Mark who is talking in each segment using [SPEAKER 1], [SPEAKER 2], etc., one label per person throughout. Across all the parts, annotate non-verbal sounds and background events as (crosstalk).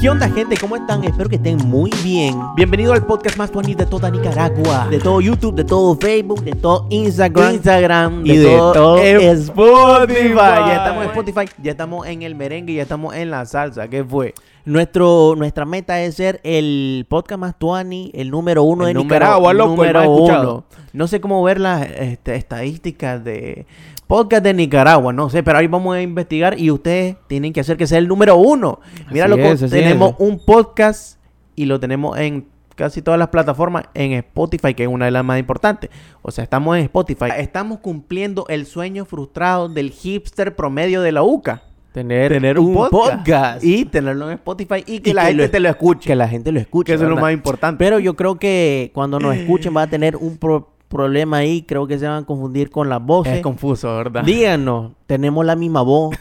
[SPEAKER 1] ¿Qué onda gente? ¿Cómo están? Espero que estén muy bien. Bienvenido al podcast más tuanis de toda Nicaragua. De todo YouTube, de todo Facebook, de todo Instagram. Instagram
[SPEAKER 2] y de todo
[SPEAKER 1] Spotify. Ya estamos en
[SPEAKER 2] Spotify.
[SPEAKER 1] Spotify, ya estamos en el merengue, ya estamos en la salsa. ¿Qué fue? Nuestro, nuestra meta es ser el podcast más tuani, el número uno
[SPEAKER 2] El
[SPEAKER 1] de
[SPEAKER 2] número
[SPEAKER 1] Nicaragua.
[SPEAKER 2] uno, loco, el
[SPEAKER 1] número
[SPEAKER 2] más escuchado.
[SPEAKER 1] uno. No sé cómo ver las este, estadísticas de podcast de Nicaragua, no sé, pero ahí vamos a investigar y ustedes tienen que hacer que sea el número uno. Mira,
[SPEAKER 2] Así
[SPEAKER 1] loco,
[SPEAKER 2] es, así
[SPEAKER 1] tenemos
[SPEAKER 2] es.
[SPEAKER 1] un podcast y lo tenemos en casi todas las plataformas, en Spotify, que es una de las más importantes. O sea, estamos en Spotify. Estamos cumpliendo el sueño frustrado del hipster promedio de la UCA.
[SPEAKER 2] Tener,
[SPEAKER 1] Tener
[SPEAKER 2] un podcast.
[SPEAKER 1] Y tenerlo en Spotify y que
[SPEAKER 2] Y
[SPEAKER 1] la
[SPEAKER 2] que
[SPEAKER 1] gente
[SPEAKER 2] lo-
[SPEAKER 1] te lo escuche.
[SPEAKER 2] que la gente lo escuche.
[SPEAKER 1] Que eso es lo
[SPEAKER 2] ¿verdad?
[SPEAKER 1] más importante.
[SPEAKER 2] Pero yo creo que cuando
[SPEAKER 1] (clears throat)
[SPEAKER 2] nos escuchen va a tener un pro- problema ahí. Creo que se van a confundir con las voces.
[SPEAKER 1] es confuso, ¿verdad?
[SPEAKER 2] Díganos, tenemos la misma
[SPEAKER 1] (laughs)
[SPEAKER 2] voz.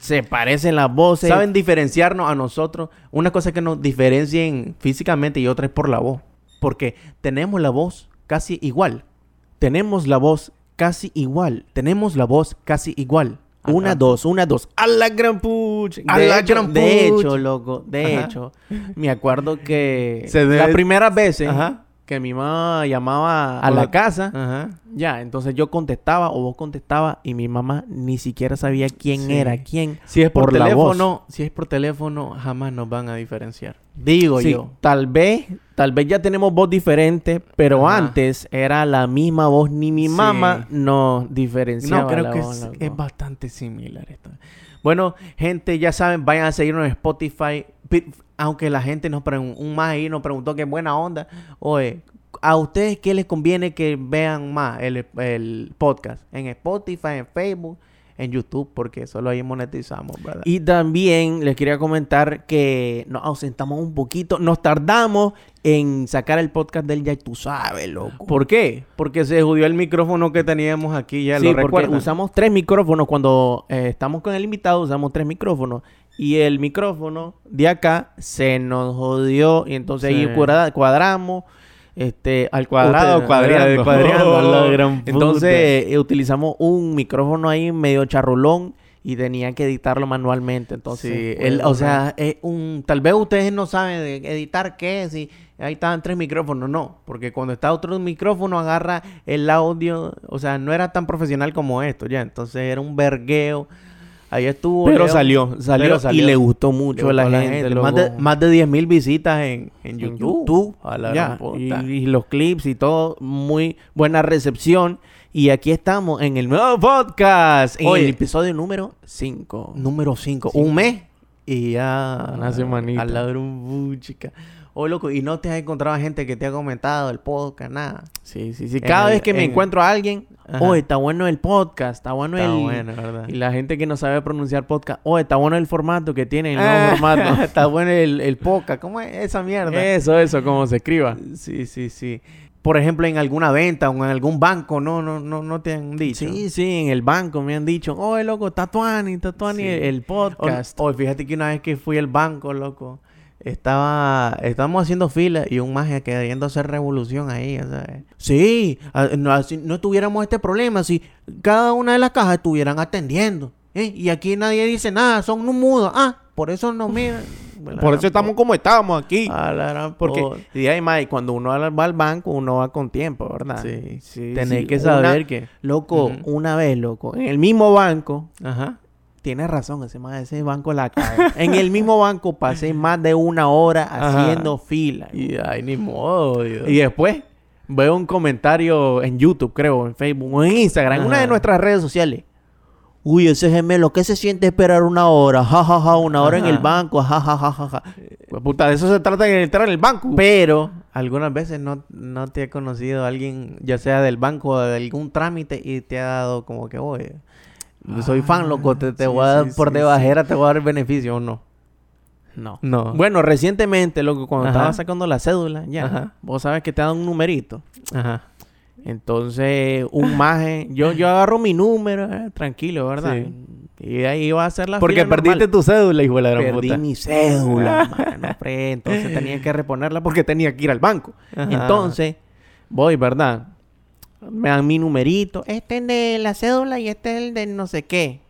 [SPEAKER 2] se parecen las voces.
[SPEAKER 1] Saben diferenciarnos a nosotros. Una cosa es que nos diferencien físicamente y otra es por la voz. Porque tenemos la voz casi igual.
[SPEAKER 2] Tenemos la voz casi igual.
[SPEAKER 1] Tenemos la voz casi igual.
[SPEAKER 2] Una,
[SPEAKER 1] Ajá.
[SPEAKER 2] dos, una, dos. A la gran puch.
[SPEAKER 1] A
[SPEAKER 2] de
[SPEAKER 1] la
[SPEAKER 2] hecho,
[SPEAKER 1] gran
[SPEAKER 2] De
[SPEAKER 1] puch.
[SPEAKER 2] hecho, loco. De
[SPEAKER 1] Ajá.
[SPEAKER 2] hecho, me acuerdo que
[SPEAKER 1] (laughs) Se debe-
[SPEAKER 2] las primeras veces
[SPEAKER 1] Ajá.
[SPEAKER 2] que mi mamá llamaba
[SPEAKER 1] A la
[SPEAKER 2] casa,
[SPEAKER 1] Ajá.
[SPEAKER 2] ya, entonces yo contestaba o vos contestabas y mi mamá ni siquiera sabía quién
[SPEAKER 1] Sí.
[SPEAKER 2] era quién.
[SPEAKER 1] Si es por,
[SPEAKER 2] Por la
[SPEAKER 1] teléfono, si es por teléfono, jamás nos van a diferenciar. Digo
[SPEAKER 2] Sí,
[SPEAKER 1] yo.
[SPEAKER 2] tal vez, tal vez ya tenemos voz diferente, pero
[SPEAKER 1] Ajá.
[SPEAKER 2] antes era la misma voz, ni mi
[SPEAKER 1] Sí.
[SPEAKER 2] mamá nos diferenciaba.
[SPEAKER 1] No, creo
[SPEAKER 2] la
[SPEAKER 1] que
[SPEAKER 2] voz,
[SPEAKER 1] es,
[SPEAKER 2] loco.
[SPEAKER 1] es bastante similar esto. Bueno, gente, ya saben, vayan a seguirnos en Spotify. Pi- Aunque la gente nos preguntó, un más ahí nos preguntó qué buena onda. Oye, ¿a ustedes qué les conviene que vean más el, el podcast? En Spotify, en Facebook, en YouTube, porque solo ahí monetizamos, ¿verdad?
[SPEAKER 2] Y también les quería comentar que nos ausentamos un poquito, nos tardamos en sacar el podcast del Ya Tú Sabes, loco.
[SPEAKER 1] ¿Por qué? Porque se jodió el micrófono que teníamos aquí, ya
[SPEAKER 2] sí,
[SPEAKER 1] lo
[SPEAKER 2] porque
[SPEAKER 1] recuerdan.
[SPEAKER 2] usamos tres micrófonos cuando eh, estamos con el invitado, usamos tres micrófonos. Y el micrófono de acá se nos jodió y entonces
[SPEAKER 1] Sí.
[SPEAKER 2] ahí cuadra- cuadramos. Este, al cuadrado,
[SPEAKER 1] Usted-
[SPEAKER 2] eh, cuadriando.
[SPEAKER 1] cuadriando,
[SPEAKER 2] (laughs)
[SPEAKER 1] a la gran puta.
[SPEAKER 2] Entonces eh, utilizamos un micrófono ahí medio charrulón y tenía que editarlo manualmente. Entonces,
[SPEAKER 1] sí,
[SPEAKER 2] fue
[SPEAKER 1] el-
[SPEAKER 2] una-
[SPEAKER 1] o sea,
[SPEAKER 2] eh,
[SPEAKER 1] es un, tal vez ustedes no saben de editar qué es y ahí estaban tres micrófonos, no, porque cuando está otro micrófono agarra el audio, o sea, no era tan profesional como esto, ya, entonces era un vergueo. Ahí estuvo.
[SPEAKER 2] pero
[SPEAKER 1] Leo,
[SPEAKER 2] salió, salió,
[SPEAKER 1] pero
[SPEAKER 2] y
[SPEAKER 1] salió.
[SPEAKER 2] le gustó
[SPEAKER 1] le
[SPEAKER 2] mucho
[SPEAKER 1] gustó
[SPEAKER 2] a la gente. loco.
[SPEAKER 1] Más de, más de 10 mil visitas en,
[SPEAKER 2] en
[SPEAKER 1] en YouTube.
[SPEAKER 2] YouTube.
[SPEAKER 1] A la
[SPEAKER 2] ya,
[SPEAKER 1] gran puta.
[SPEAKER 2] Y, y los clips y todo, muy buena recepción. Y aquí estamos en el nuevo podcast, en
[SPEAKER 1] Oye.
[SPEAKER 2] el episodio número 5.
[SPEAKER 1] Número 5.
[SPEAKER 2] Cinco.
[SPEAKER 1] Un mes. Y ya.
[SPEAKER 2] Una semanita.
[SPEAKER 1] A la gran bu- chica. Oh, loco, y no te has encontrado gente que te ha comentado el podcast, nada.
[SPEAKER 2] Sí, sí, sí.
[SPEAKER 1] En
[SPEAKER 2] Cada
[SPEAKER 1] el-
[SPEAKER 2] vez que me
[SPEAKER 1] en-
[SPEAKER 2] encuentro a alguien,
[SPEAKER 1] Ajá.
[SPEAKER 2] oh, está bueno el podcast, está bueno
[SPEAKER 1] Está
[SPEAKER 2] el...
[SPEAKER 1] bueno, ¿verdad?
[SPEAKER 2] Y la gente que no sabe pronunciar podcast, oh, está bueno el formato que tiene, el nuevo
[SPEAKER 1] Ah,
[SPEAKER 2] formato.
[SPEAKER 1] (laughs)
[SPEAKER 2] Eh,
[SPEAKER 1] Está bueno el, el podcast. ¿Cómo es esa mierda?
[SPEAKER 2] Eso, eso, como se escriba.
[SPEAKER 1] Sí, sí, sí. Por ejemplo, en alguna venta o en algún banco, no, no, no, no te han dicho.
[SPEAKER 2] Sí, sí, en el banco me han dicho, oh, loco, Tatuani, Tatuani,
[SPEAKER 1] Sí.
[SPEAKER 2] el, el
[SPEAKER 1] O-
[SPEAKER 2] podcast.
[SPEAKER 1] o fíjate que una vez que fui al banco, loco, estaba, estábamos haciendo fila y un magia queriendo hacer revolución ahí, ya ¿sabes? Sí, a- no, así no tuviéramos este problema si cada una de las cajas estuvieran atendiendo. ¿eh? Y aquí nadie dice nada, son un mudo. Ah, por eso nos
[SPEAKER 2] (laughs)
[SPEAKER 1] miran.
[SPEAKER 2] como estamos aquí.
[SPEAKER 1] A la gran
[SPEAKER 2] Porque,
[SPEAKER 1] puta.
[SPEAKER 2] y además, cuando uno al- va al banco, uno va con tiempo, ¿verdad?
[SPEAKER 1] Sí, sí.
[SPEAKER 2] Tenés
[SPEAKER 1] sí.
[SPEAKER 2] que
[SPEAKER 1] Una-
[SPEAKER 2] saber que... Loco,
[SPEAKER 1] Ujú.
[SPEAKER 2] una vez, loco, en el mismo banco,
[SPEAKER 1] Ajá.
[SPEAKER 2] tienes razón, ese, ma- ese banco la (laughs) cae. en el mismo banco pasé más de una hora
[SPEAKER 1] Ajá.
[SPEAKER 2] haciendo fila.
[SPEAKER 1] Y ay, ni modo, Dios.
[SPEAKER 2] Y después veo un comentario en YouTube, creo, en Facebook, o en Instagram, en una
[SPEAKER 1] Ajá.
[SPEAKER 2] de nuestras redes sociales. Uy, ese gemelo, ¿qué se siente esperar una hora? Ja, ja, ja, una hora en el
[SPEAKER 1] Ajá.
[SPEAKER 2] banco, ja, ja, ja, ja, ja.
[SPEAKER 1] Pues, puta, de eso se trata de entrar en el banco.
[SPEAKER 2] Pero
[SPEAKER 1] Algunas veces no, no te ha conocido alguien, ya sea del banco o de algún trámite, y te ha dado como que, oye, soy fan, loco, te, te
[SPEAKER 2] Ah,
[SPEAKER 1] voy a dar
[SPEAKER 2] sí, sí,
[SPEAKER 1] por
[SPEAKER 2] sí,
[SPEAKER 1] debajera, te voy a dar beneficio o no.
[SPEAKER 2] No.
[SPEAKER 1] No.
[SPEAKER 2] Bueno, recientemente, loco, cuando
[SPEAKER 1] Ah. Ajá.
[SPEAKER 2] estaba sacando la cédula, ya,
[SPEAKER 1] Ajá.
[SPEAKER 2] vos sabes que te dan un numerito.
[SPEAKER 1] Ajá.
[SPEAKER 2] Entonces,
[SPEAKER 1] (laughs)
[SPEAKER 2] un maje, yo, yo agarro mi número, eh, tranquilo, ¿verdad?
[SPEAKER 1] Sí.
[SPEAKER 2] Y de ahí iba a hacer la
[SPEAKER 1] Porque
[SPEAKER 2] fila normal.
[SPEAKER 1] perdiste tu cédula, hijo de la gran
[SPEAKER 2] Perdí
[SPEAKER 1] puta.
[SPEAKER 2] mi cédula,
[SPEAKER 1] (laughs)
[SPEAKER 2] mano, pre. Entonces tenía que reponerla porque tenía que ir al banco.
[SPEAKER 1] Ajá.
[SPEAKER 2] Entonces, voy, ¿verdad? Me dan mi numerito. Este es de la cédula y este es el de no sé qué.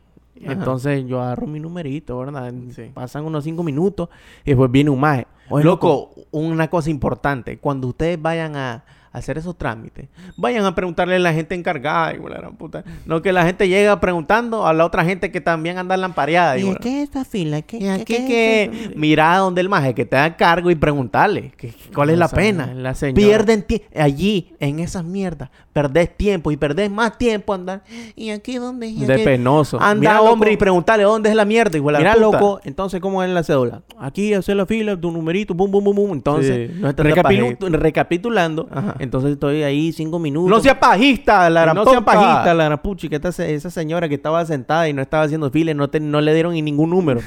[SPEAKER 1] Ajá.
[SPEAKER 2] Entonces yo agarro mi numerito, ¿verdad?
[SPEAKER 1] Sí.
[SPEAKER 2] Pasan unos cinco minutos y después viene un maje. Oye,
[SPEAKER 1] Loco, una cosa importante, cuando ustedes vayan a hacer esos trámites, vayan a preguntarle a la gente encargada, hijo de la gran puta. No que la gente llega preguntando a la otra gente que también anda lampareada.
[SPEAKER 2] ¿Y
[SPEAKER 1] hijo de
[SPEAKER 2] a
[SPEAKER 1] la-
[SPEAKER 2] qué es esta fila? ¿Qué,
[SPEAKER 1] Y
[SPEAKER 2] qué-
[SPEAKER 1] aquí
[SPEAKER 2] qué-
[SPEAKER 1] que
[SPEAKER 2] qué-
[SPEAKER 1] mira donde el maje que te da cargo y preguntarle que- que cuál es
[SPEAKER 2] No
[SPEAKER 1] la
[SPEAKER 2] sé,
[SPEAKER 1] pena.
[SPEAKER 2] La señora.
[SPEAKER 1] Pierden tie- allí en esas mierdas, perdés tiempo y perdés más tiempo andar. Y aquí donde es? ¿Y
[SPEAKER 2] De
[SPEAKER 1] aquí?
[SPEAKER 2] penoso.
[SPEAKER 1] Anda
[SPEAKER 2] Mira,
[SPEAKER 1] hombre
[SPEAKER 2] loco,
[SPEAKER 1] y preguntarle dónde es la mierda, hijo de la
[SPEAKER 2] Mira,
[SPEAKER 1] puta.
[SPEAKER 2] loco, entonces, ¿cómo es la cédula? Aquí hacer la fila, tu numerito, bum, bum, bum, bum. Entonces,
[SPEAKER 1] Sí, no es tanta
[SPEAKER 2] recapilu-
[SPEAKER 1] pajita.
[SPEAKER 2] recapitulando,
[SPEAKER 1] Ajá.
[SPEAKER 2] entonces estoy ahí cinco minutos.
[SPEAKER 1] No sea pajista, la gran
[SPEAKER 2] no sea
[SPEAKER 1] puta.
[SPEAKER 2] pajita, la rapuchi, que esta se- esa señora que estaba sentada y no estaba haciendo fila, y no, te- no le dieron ni ningún
[SPEAKER 1] (laughs)
[SPEAKER 2] número.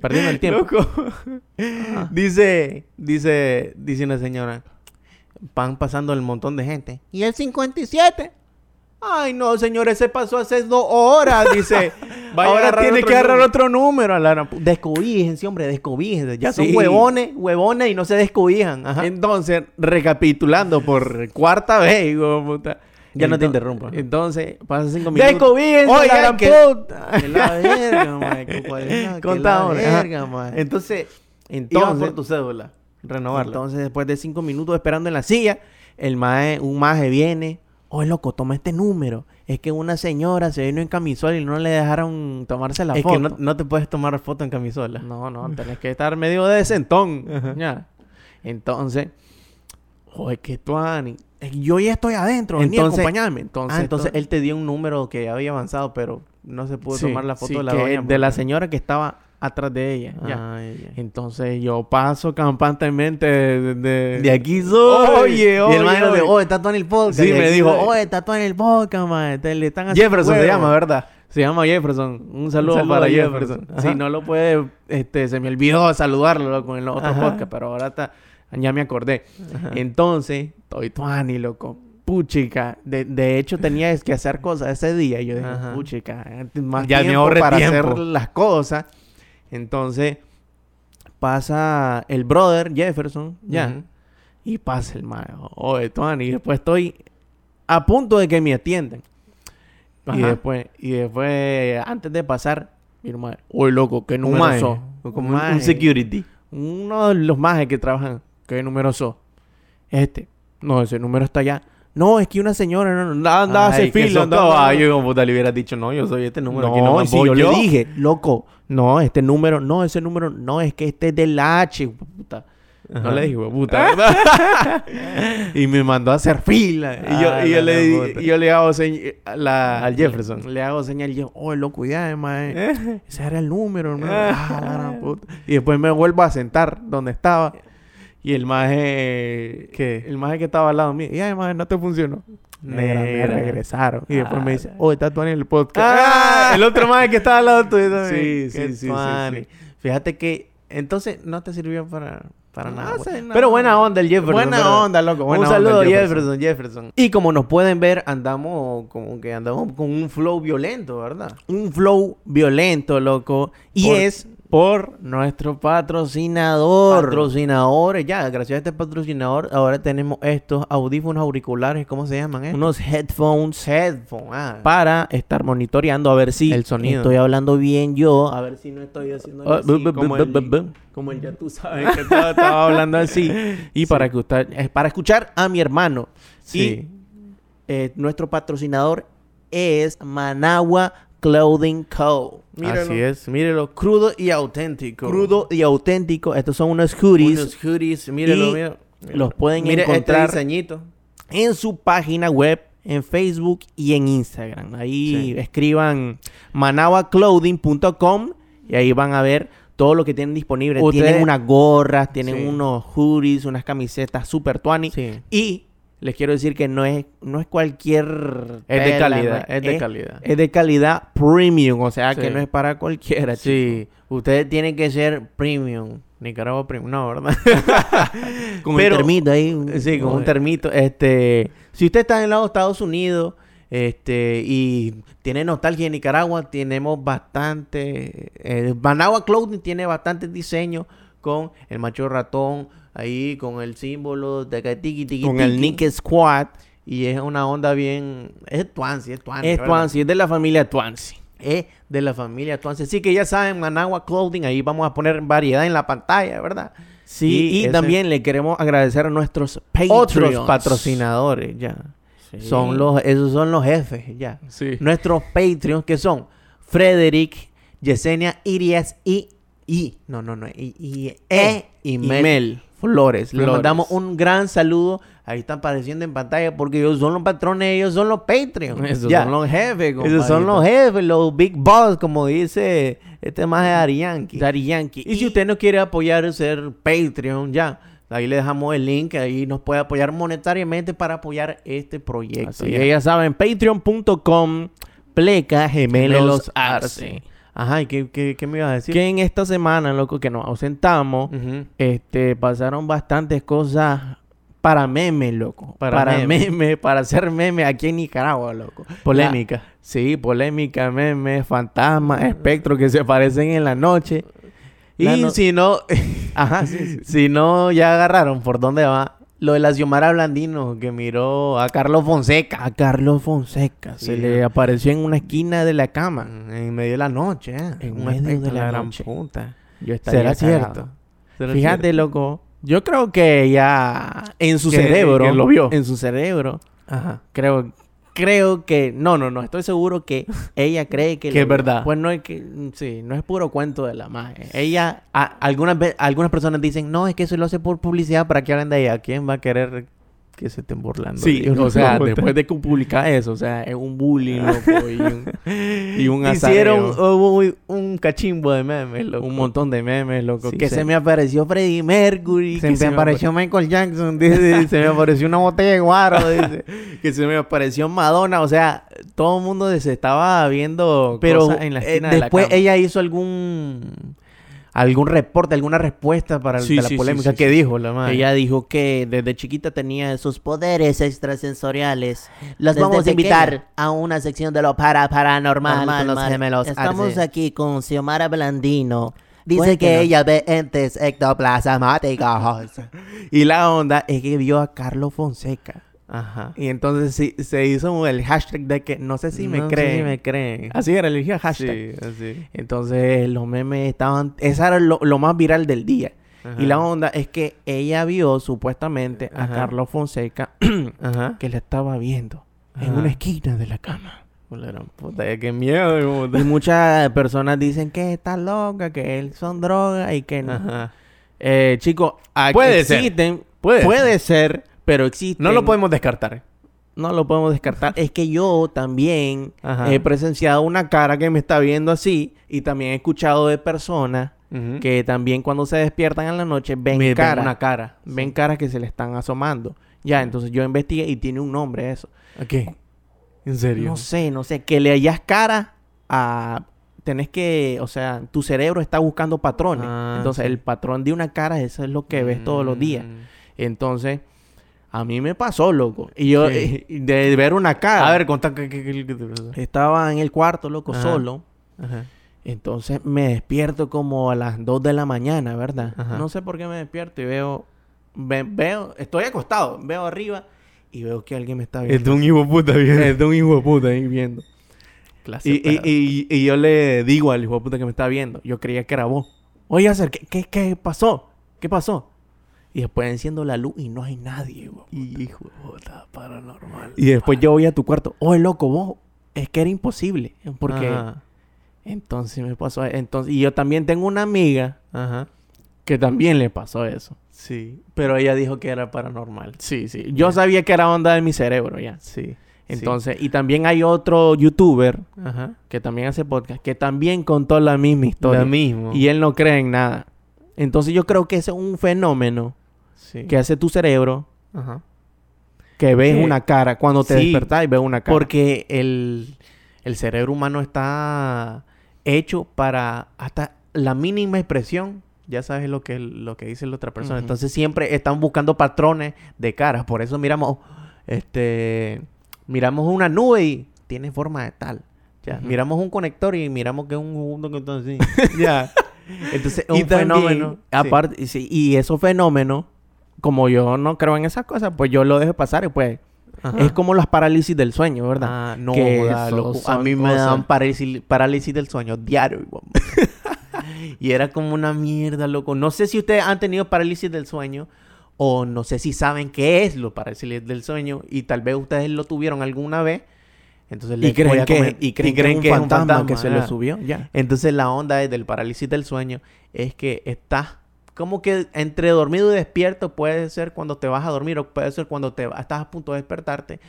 [SPEAKER 2] Perdiendo el tiempo.
[SPEAKER 1] Loco. (laughs) Ah. dice, dice, dice una señora. Van pasando el montón de gente. ¿Y el 57? Ay, no, señores, se pasó hace dos horas. (laughs) Dice,
[SPEAKER 2] Vaya a
[SPEAKER 1] ahora
[SPEAKER 2] agarrar
[SPEAKER 1] tiene
[SPEAKER 2] otro
[SPEAKER 1] que agarrar
[SPEAKER 2] número.
[SPEAKER 1] otro número. a la gran pu- Descobíjense, hombre, descobíjense. Ya
[SPEAKER 2] Sí.
[SPEAKER 1] son huevones, huevones y no se descobijan. Ajá.
[SPEAKER 2] Entonces, recapitulando por cuarta vez, hijo de puta.
[SPEAKER 1] Ya no te
[SPEAKER 2] Ento-
[SPEAKER 1] interrumpa.
[SPEAKER 2] Entonces, pasan cinco minutos.
[SPEAKER 1] Descobíjense,
[SPEAKER 2] Oigan,
[SPEAKER 1] la gran
[SPEAKER 2] que-
[SPEAKER 1] puta.
[SPEAKER 2] (laughs) Que la
[SPEAKER 1] (laughs)
[SPEAKER 2] verga, mae, que cuál es la- que la
[SPEAKER 1] Contamos. ajá.
[SPEAKER 2] verga, mae.
[SPEAKER 1] Entonces, ibas
[SPEAKER 2] Entonces,
[SPEAKER 1] por tu cédula. Renovarla.
[SPEAKER 2] Entonces, después de cinco minutos esperando en la silla, el mae, un maje viene. Oye, loco, toma este número. Es que una señora se vino en camisola y no le dejaron tomarse la
[SPEAKER 1] es
[SPEAKER 2] foto.
[SPEAKER 1] que no, no te puedes tomar foto en camisola.
[SPEAKER 2] no, no, tenés que estar medio decentón. ya. Entonces, oye, que tú, Ani. Yo ya estoy adentro, vení a
[SPEAKER 1] Entonces-
[SPEAKER 2] acompañarme. Entonces,
[SPEAKER 1] ah, entonces
[SPEAKER 2] to-
[SPEAKER 1] él te dio un número que había avanzado, pero no se pudo
[SPEAKER 2] Sí,
[SPEAKER 1] tomar la foto
[SPEAKER 2] sí,
[SPEAKER 1] de la
[SPEAKER 2] que-
[SPEAKER 1] doña.
[SPEAKER 2] de la señora que estaba atrás de ella.
[SPEAKER 1] porque-
[SPEAKER 2] ya.
[SPEAKER 1] Ay, ya.
[SPEAKER 2] Entonces, yo paso campantemente de, de-
[SPEAKER 1] De aquí soy.
[SPEAKER 2] Oye,
[SPEAKER 1] Y
[SPEAKER 2] oye,
[SPEAKER 1] el maestro
[SPEAKER 2] oye.
[SPEAKER 1] dijo, oye, está todo en el podcast.
[SPEAKER 2] Sí,
[SPEAKER 1] Y
[SPEAKER 2] me
[SPEAKER 1] aquí
[SPEAKER 2] dijo,
[SPEAKER 1] soy.
[SPEAKER 2] oye, está todo en el boca, mae. te- le están haciendo
[SPEAKER 1] Jefferson se
[SPEAKER 2] huevo".
[SPEAKER 1] llama, ¿verdad?
[SPEAKER 2] Se llama Jefferson. Un saludo,
[SPEAKER 1] saludo
[SPEAKER 2] para
[SPEAKER 1] a
[SPEAKER 2] Jefferson.
[SPEAKER 1] Jefferson.
[SPEAKER 2] Si
[SPEAKER 1] Ajá.
[SPEAKER 2] no lo puede, este, se me olvidó saludarlo loco, en los otros
[SPEAKER 1] Ajá. Ah.
[SPEAKER 2] podcasts, pero ahora está, ya me acordé. Entonces, estoy tuani, loco. Puchica, de, de hecho tenía es que hacer cosas ese día. Yo dije,
[SPEAKER 1] Ajá.
[SPEAKER 2] puchica, antes más
[SPEAKER 1] Ya me
[SPEAKER 2] tiempo
[SPEAKER 1] ahorré
[SPEAKER 2] para
[SPEAKER 1] tiempo.
[SPEAKER 2] hacer las cosas. Entonces, pasa el brother Jefferson, ya.
[SPEAKER 1] Ujú.
[SPEAKER 2] Y pasa el mago. Oye, Tuan. Y después estoy a punto de que me atiendan. Y
[SPEAKER 1] Ajá.
[SPEAKER 2] después, y después, antes de pasar, mi hermano, oye, loco, qué
[SPEAKER 1] Un
[SPEAKER 2] número
[SPEAKER 1] maje,
[SPEAKER 2] sos.
[SPEAKER 1] como un-
[SPEAKER 2] Maje.
[SPEAKER 1] un security.
[SPEAKER 2] Uno de los majes que trabajan, qué número sos. Este, no, ese número está allá. No, es que una señora, no, no, anda a hacer fila, anda, anda, anda.
[SPEAKER 1] yo como puta le hubieras dicho, no, yo soy este número.
[SPEAKER 2] No,
[SPEAKER 1] aquí nomás
[SPEAKER 2] y si
[SPEAKER 1] voy
[SPEAKER 2] yo, le dije, loco, no, este número, no, ese número, no, es que este es del H, puta. No
[SPEAKER 1] Ajá. Ah.
[SPEAKER 2] le dije, "Hue puta. y me mandó a hacer fila. Y yo,
[SPEAKER 1] Ah,
[SPEAKER 2] y yo
[SPEAKER 1] la
[SPEAKER 2] le,
[SPEAKER 1] gran
[SPEAKER 2] di-
[SPEAKER 1] puta.
[SPEAKER 2] y yo le hago señ- a la-
[SPEAKER 1] Al Jefferson.
[SPEAKER 2] Le hago señal y yo, oh, loco, ya, mae.
[SPEAKER 1] Eh.
[SPEAKER 2] Ese era el número, hermano.
[SPEAKER 1] Ah.
[SPEAKER 2] Ah, la gran puta. Y después me vuelvo a sentar donde estaba. Y el maje...
[SPEAKER 1] ¿Qué?
[SPEAKER 2] El maje que estaba al lado mío. Y además no te funcionó. Negra, me
[SPEAKER 1] Negra.
[SPEAKER 2] regresaron. Y después me
[SPEAKER 1] Ah,
[SPEAKER 2] dice, oh, está tú en el podcast.
[SPEAKER 1] Ah,
[SPEAKER 2] Ah,
[SPEAKER 1] (laughs) el otro maje que estaba al lado tuyo
[SPEAKER 2] Sí,
[SPEAKER 1] también.
[SPEAKER 2] sí,
[SPEAKER 1] Qué
[SPEAKER 2] sí, sí,
[SPEAKER 1] funny.
[SPEAKER 2] sí.
[SPEAKER 1] Fíjate que entonces no te sirvió para, para
[SPEAKER 2] No
[SPEAKER 1] nada.
[SPEAKER 2] hace
[SPEAKER 1] güey.
[SPEAKER 2] nada.
[SPEAKER 1] Pero buena onda el Jefferson.
[SPEAKER 2] Buena
[SPEAKER 1] ¿verdad?
[SPEAKER 2] onda, loco. buena onda,
[SPEAKER 1] un saludo,
[SPEAKER 2] Jefferson.
[SPEAKER 1] Jefferson. Jefferson. Y como nos pueden ver, andamos como que andamos con un flow violento, ¿verdad?
[SPEAKER 2] un flow violento, loco. Y
[SPEAKER 1] Por-
[SPEAKER 2] es por nuestro patrocinador.
[SPEAKER 1] Patrocinadores, ya, gracias a este patrocinador, ahora tenemos estos audífonos auriculares, ¿cómo se llaman? Eh?
[SPEAKER 2] unos headphones
[SPEAKER 1] headphones. Ah.
[SPEAKER 2] para estar monitoreando a ver si
[SPEAKER 1] El sonido.
[SPEAKER 2] estoy hablando bien yo, a ver si no estoy haciendo
[SPEAKER 1] Ah,
[SPEAKER 2] así,
[SPEAKER 1] bu- bu-
[SPEAKER 2] como,
[SPEAKER 1] bu-
[SPEAKER 2] el,
[SPEAKER 1] bu- bu-
[SPEAKER 2] como el ya tú sabes que
[SPEAKER 1] (laughs)
[SPEAKER 2] estaba, estaba hablando así. Y para que usted, es para escuchar a mi hermano.
[SPEAKER 1] Sí.
[SPEAKER 2] Y eh, nuestro patrocinador es Managua Clothing Co. Míralo.
[SPEAKER 1] Así es, mírelo, crudo y auténtico.
[SPEAKER 2] Crudo y auténtico. Estos son unos hoodies.
[SPEAKER 1] Unos hoodies, mírelo,
[SPEAKER 2] Y
[SPEAKER 1] mírelo.
[SPEAKER 2] los pueden
[SPEAKER 1] Mire este
[SPEAKER 2] encontrar
[SPEAKER 1] diseñito.
[SPEAKER 2] en su página web, en Facebook y en Instagram. Ahí
[SPEAKER 1] Sí.
[SPEAKER 2] escriban manawaclothing.com y ahí van a ver todo lo que tienen disponible.
[SPEAKER 1] Ustedes-
[SPEAKER 2] Tienen unas gorras, tienen
[SPEAKER 1] Sí.
[SPEAKER 2] unos hoodies, unas camisetas super tuani.
[SPEAKER 1] Sí.
[SPEAKER 2] Y les quiero decir que no es, no es cualquier...
[SPEAKER 1] Es de
[SPEAKER 2] tela,
[SPEAKER 1] calidad,
[SPEAKER 2] no
[SPEAKER 1] es de calidad.
[SPEAKER 2] Es de calidad premium, o sea que
[SPEAKER 1] Sí.
[SPEAKER 2] no es para cualquiera.
[SPEAKER 1] Sí, ustedes tienen que ser premium. Nicaragua premium, no, ¿verdad?
[SPEAKER 2] chico. Con
[SPEAKER 1] Pero-
[SPEAKER 2] un termito ahí.
[SPEAKER 1] Sí, con un
[SPEAKER 2] termito.
[SPEAKER 1] termito. Este, si usted está en el lado de Estados Unidos, este, y tiene nostalgia de Nicaragua, tenemos bastante. eh, Managua Clothing tiene bastantes diseños con el macho ratón, ahí con el símbolo de que tiqui, tiqui,
[SPEAKER 2] Con el
[SPEAKER 1] tiqui.
[SPEAKER 2] Nick Squad.
[SPEAKER 1] Y es una onda bien. Es Twancy, es Twancy.
[SPEAKER 2] Es
[SPEAKER 1] Ah, ¿verdad?
[SPEAKER 2] Twancy, es de la familia Twancy.
[SPEAKER 1] es de la familia Tuance. Así que ya saben, Managua Clothing, ahí vamos a poner variedad en la pantalla, ¿verdad?
[SPEAKER 2] Sí, y,
[SPEAKER 1] ese-
[SPEAKER 2] también le queremos agradecer a nuestros
[SPEAKER 1] Otros
[SPEAKER 2] Patreons.
[SPEAKER 1] patrocinadores, ya.
[SPEAKER 2] Sí.
[SPEAKER 1] Son los, esos son los jefes, ya.
[SPEAKER 2] Sí.
[SPEAKER 1] Nuestros Patreons que son Frederick, Yesenia Irias y... y no, no, no. Y, y, e, y
[SPEAKER 2] Y
[SPEAKER 1] Mel
[SPEAKER 2] Eh, Mel.
[SPEAKER 1] Flores. Les
[SPEAKER 2] Flores.
[SPEAKER 1] mandamos un gran saludo. Ahí están apareciendo en pantalla porque ellos son los patrones, ellos son los Patreons.
[SPEAKER 2] Esos
[SPEAKER 1] ya.
[SPEAKER 2] son los jefes,
[SPEAKER 1] Esos son los jefes, los big boss, como dice este más
[SPEAKER 2] Mm.
[SPEAKER 1] de Ari Yankee.
[SPEAKER 2] Daddy Yankee.
[SPEAKER 1] Y si usted no quiere apoyar, ser Patreon, ya. Ahí le dejamos el link, ahí nos puede apoyar monetariamente para apoyar este proyecto.
[SPEAKER 2] Así
[SPEAKER 1] ya.
[SPEAKER 2] es, ya saben, patreon.com pleca gemelos
[SPEAKER 1] Gemelos
[SPEAKER 2] arce.
[SPEAKER 1] Arce. Ajá, ¿y qué, qué- qué me ibas a decir?
[SPEAKER 2] Que en esta semana, loco, que nos ausentamos,
[SPEAKER 1] Ujú.
[SPEAKER 2] este, pasaron bastantes cosas para meme, loco. Para,
[SPEAKER 1] Para
[SPEAKER 2] meme.
[SPEAKER 1] meme.
[SPEAKER 2] para hacer meme aquí en Nicaragua, loco.
[SPEAKER 1] Polémica.
[SPEAKER 2] La- sí, polémica, meme, fantasmas, espectros que se aparecen en la noche.
[SPEAKER 1] Y
[SPEAKER 2] La no-
[SPEAKER 1] si no,
[SPEAKER 2] (laughs) Ajá, sí, sí.
[SPEAKER 1] si no, ya agarraron por dónde va. Lo de la Xiomara Blandino que miró a Carlos Fonseca
[SPEAKER 2] A Carlos Fonseca se
[SPEAKER 1] Sí.
[SPEAKER 2] le apareció en una esquina de la cama.
[SPEAKER 1] en medio de la noche. ¿eh?
[SPEAKER 2] En
[SPEAKER 1] Un
[SPEAKER 2] medio de
[SPEAKER 1] aspecto
[SPEAKER 2] la
[SPEAKER 1] gran
[SPEAKER 2] noche.
[SPEAKER 1] puta.
[SPEAKER 2] Yo estaría
[SPEAKER 1] ¿Será
[SPEAKER 2] cagado.
[SPEAKER 1] cierto? ¿Será
[SPEAKER 2] Fíjate,
[SPEAKER 1] cierto?
[SPEAKER 2] loco. Yo creo que ya en su
[SPEAKER 1] Que-
[SPEAKER 2] cerebro,
[SPEAKER 1] que lo vio.
[SPEAKER 2] en su cerebro,
[SPEAKER 1] Ajá.
[SPEAKER 2] creo, creo que, no, no, no, estoy seguro
[SPEAKER 1] (laughs)
[SPEAKER 2] que ella cree que,
[SPEAKER 1] Que
[SPEAKER 2] lo
[SPEAKER 1] es
[SPEAKER 2] vio.
[SPEAKER 1] verdad.
[SPEAKER 2] Pues no es que, sí, no es puro cuento de la magia. Ella,
[SPEAKER 1] A- algunas, ve- algunas personas dicen, no, es que eso lo hace por publicidad para que hablen de ella. ¿Quién va a querer que se estén burlando? de
[SPEAKER 2] sí,
[SPEAKER 1] ellos?
[SPEAKER 2] o sea,
[SPEAKER 1] (laughs) No, pues.
[SPEAKER 2] después de que publica eso, o sea, es un bullying, loco, y
[SPEAKER 1] (laughs)
[SPEAKER 2] un, y un
[SPEAKER 1] Hicieron
[SPEAKER 2] azareo.
[SPEAKER 1] hubo un, un cachimbo de memes, loco.
[SPEAKER 2] un montón de memes, loco.
[SPEAKER 1] Sí,
[SPEAKER 2] que
[SPEAKER 1] se-
[SPEAKER 2] se me apareció Freddie Mercury.
[SPEAKER 1] se
[SPEAKER 2] que
[SPEAKER 1] me apareció Michael Jackson, dice, se me apareció una botella de guaro, dice.
[SPEAKER 2] (laughs) que se me apareció Madonna. O sea, todo el mundo se estaba viendo
[SPEAKER 1] Pero
[SPEAKER 2] cosas en la
[SPEAKER 1] eh,
[SPEAKER 2] esquina de la
[SPEAKER 1] después
[SPEAKER 2] cama.
[SPEAKER 1] ella hizo algún algún reporte, alguna respuesta para el-
[SPEAKER 2] Sí,
[SPEAKER 1] de la
[SPEAKER 2] sí, sí,
[SPEAKER 1] polémica
[SPEAKER 2] sí,
[SPEAKER 1] que
[SPEAKER 2] sí.
[SPEAKER 1] dijo la madre.
[SPEAKER 2] Ella dijo que desde chiquita tenía esos poderes extrasensoriales.
[SPEAKER 3] Los
[SPEAKER 2] Desde
[SPEAKER 3] vamos a
[SPEAKER 2] pequeña.
[SPEAKER 3] invitar a una sección de lo para paranormal
[SPEAKER 2] Normal,
[SPEAKER 3] con los
[SPEAKER 2] normal.
[SPEAKER 3] gemelos.
[SPEAKER 2] Estamos
[SPEAKER 3] Arce. aquí con Xiomara Blandino. Dice
[SPEAKER 2] Cuéntenos.
[SPEAKER 3] que ella ve entes ectoplasmáticos.
[SPEAKER 2] (laughs) Y la onda es que vio a Carlos Fonseca.
[SPEAKER 1] Ajá.
[SPEAKER 2] Y entonces sí, se hizo el hashtag de que no sé si me
[SPEAKER 1] No sé
[SPEAKER 2] creen.
[SPEAKER 1] si me creen.
[SPEAKER 2] Así era, le dije hashtag.
[SPEAKER 1] Sí, así.
[SPEAKER 2] Entonces los memes estaban... Esa era lo, lo más viral del día. Y
[SPEAKER 1] Ajá.
[SPEAKER 2] la onda es que ella vio supuestamente a
[SPEAKER 1] Ajá.
[SPEAKER 2] Carlos Fonseca (clears throat)
[SPEAKER 1] Ajá.
[SPEAKER 2] que la estaba viendo en
[SPEAKER 1] Ajá.
[SPEAKER 2] una esquina de la cama.
[SPEAKER 1] Hola, gran puta, ya, qué miedo, hijo de
[SPEAKER 2] Y (laughs)
[SPEAKER 1] puta.
[SPEAKER 2] muchas personas dicen que está loca, que él son drogas y que no.
[SPEAKER 1] Ajá.
[SPEAKER 2] Eh, chicos, a-
[SPEAKER 1] Puede ser.
[SPEAKER 2] existen.
[SPEAKER 1] Puede
[SPEAKER 2] Puede ser, pero existen.
[SPEAKER 1] No lo podemos descartar.
[SPEAKER 2] no lo podemos descartar. es que yo también
[SPEAKER 1] Ajá.
[SPEAKER 2] he presenciado una cara que me está viendo así y también he escuchado de personas
[SPEAKER 1] Que
[SPEAKER 2] que también cuando se despiertan en la noche ven
[SPEAKER 1] me
[SPEAKER 2] caras.
[SPEAKER 1] una cara.
[SPEAKER 2] Ven caras que se le están asomando. Ya, entonces yo investigué y tiene un nombre eso.
[SPEAKER 1] ¿A qué? ¿En serio?
[SPEAKER 2] No sé, no sé. Que le hallas cara a... Tenés que... O sea, tu cerebro está buscando patrones.
[SPEAKER 1] Ah,
[SPEAKER 2] Entonces,
[SPEAKER 1] sí.
[SPEAKER 2] el patrón de una cara, eso es lo que ves todos los días.
[SPEAKER 1] Mm.
[SPEAKER 2] Entonces, a mí me pasó, loco. (laughs) Y yo,
[SPEAKER 1] Sí.
[SPEAKER 2] eh, de ver una cara... Eh,
[SPEAKER 1] A ver, contá qué qué- qué- qué te pasó.
[SPEAKER 2] Estaba en el cuarto, loco,
[SPEAKER 1] Ajá.
[SPEAKER 2] solo.
[SPEAKER 1] Ajá.
[SPEAKER 2] Entonces, me despierto como a las 2 de la mañana, ¿verdad?
[SPEAKER 1] Ajá.
[SPEAKER 2] No sé por qué me despierto y veo... ve- veo... Estoy acostado. Veo arriba y veo que alguien me está
[SPEAKER 1] Es
[SPEAKER 2] viendo.
[SPEAKER 1] de un hijo de puta, bien.
[SPEAKER 2] Es de un hijo de puta ahí viendo.
[SPEAKER 1] Clase
[SPEAKER 2] Y, y,
[SPEAKER 1] perra.
[SPEAKER 2] y, y yo le digo al hijo de puta que me está viendo, yo creía que era vos. Oye, hacer ¿qué, qué, qué pasó? ¿Qué pasó? Y después enciendo la luz y no hay nadie, güey.
[SPEAKER 1] Hijo de puta, paranormal. Ah.
[SPEAKER 2] Y después yo voy a tu cuarto, oye, loco, vos, es que era imposible. Porque
[SPEAKER 1] Ajá.
[SPEAKER 2] entonces me pasó entonces Y yo también tengo una amiga
[SPEAKER 1] Ajá.
[SPEAKER 2] que también le pasó eso.
[SPEAKER 1] Sí. Pero ella dijo que era paranormal.
[SPEAKER 2] Sí, sí. Yo sabía que era onda de mi cerebro ya.
[SPEAKER 1] Sí.
[SPEAKER 2] Entonces, y también hay otro youtuber
[SPEAKER 1] Ajá.
[SPEAKER 2] que también hace podcast, que también contó la misma historia.
[SPEAKER 1] Lo mismo.
[SPEAKER 2] Y él no cree en nada. Entonces yo creo que ese es un fenómeno
[SPEAKER 1] Sí.
[SPEAKER 2] que hace tu cerebro
[SPEAKER 1] Ajá.
[SPEAKER 2] que ves
[SPEAKER 1] Sí.
[SPEAKER 2] una cara. Cuando te
[SPEAKER 1] Sí.
[SPEAKER 2] despertás y ves una cara.
[SPEAKER 1] Porque el, el cerebro humano está hecho para hasta la mínima expresión. Ya sabes lo que, lo que dice la otra persona.
[SPEAKER 2] Ujú.
[SPEAKER 1] Entonces siempre están buscando patrones de caras. Por eso miramos, este, miramos una nube y tiene forma de tal. Ya,
[SPEAKER 2] Ujú.
[SPEAKER 1] Miramos un conector y miramos que es un mundo que
[SPEAKER 2] (laughs)
[SPEAKER 1] entonces.
[SPEAKER 2] ya.
[SPEAKER 1] Entonces es
[SPEAKER 2] y
[SPEAKER 1] un
[SPEAKER 2] también,
[SPEAKER 1] fenómeno.
[SPEAKER 2] Aparte, sí, y esos fenómenos, como yo no creo en esas cosas, pues yo lo dejo pasar y pues Ajá.
[SPEAKER 1] Es como las parálisis del sueño, ¿verdad?
[SPEAKER 2] Ah, no,
[SPEAKER 1] que
[SPEAKER 2] joda,
[SPEAKER 1] eso,
[SPEAKER 2] loco,
[SPEAKER 1] a
[SPEAKER 2] son
[SPEAKER 1] mí me
[SPEAKER 2] cosas.
[SPEAKER 1] daban parálisis, parálisis del sueño diario.
[SPEAKER 2] (laughs)
[SPEAKER 1] weón. y era como una mierda, loco. No sé si ustedes han tenido parálisis del sueño o no sé si saben qué es lo parálisis del sueño y tal vez ustedes lo tuvieron alguna vez. Entonces
[SPEAKER 2] Y
[SPEAKER 1] les voy
[SPEAKER 2] creen
[SPEAKER 1] a
[SPEAKER 2] que,
[SPEAKER 1] comer-
[SPEAKER 2] y creen que es un fantasma, que se le
[SPEAKER 1] ajá.
[SPEAKER 2] subió. Ya.
[SPEAKER 1] Entonces la onda es del parálisis del sueño es que estás como que entre dormido y despierto puede ser cuando te vas a dormir o puede ser cuando te estás a punto de despertarte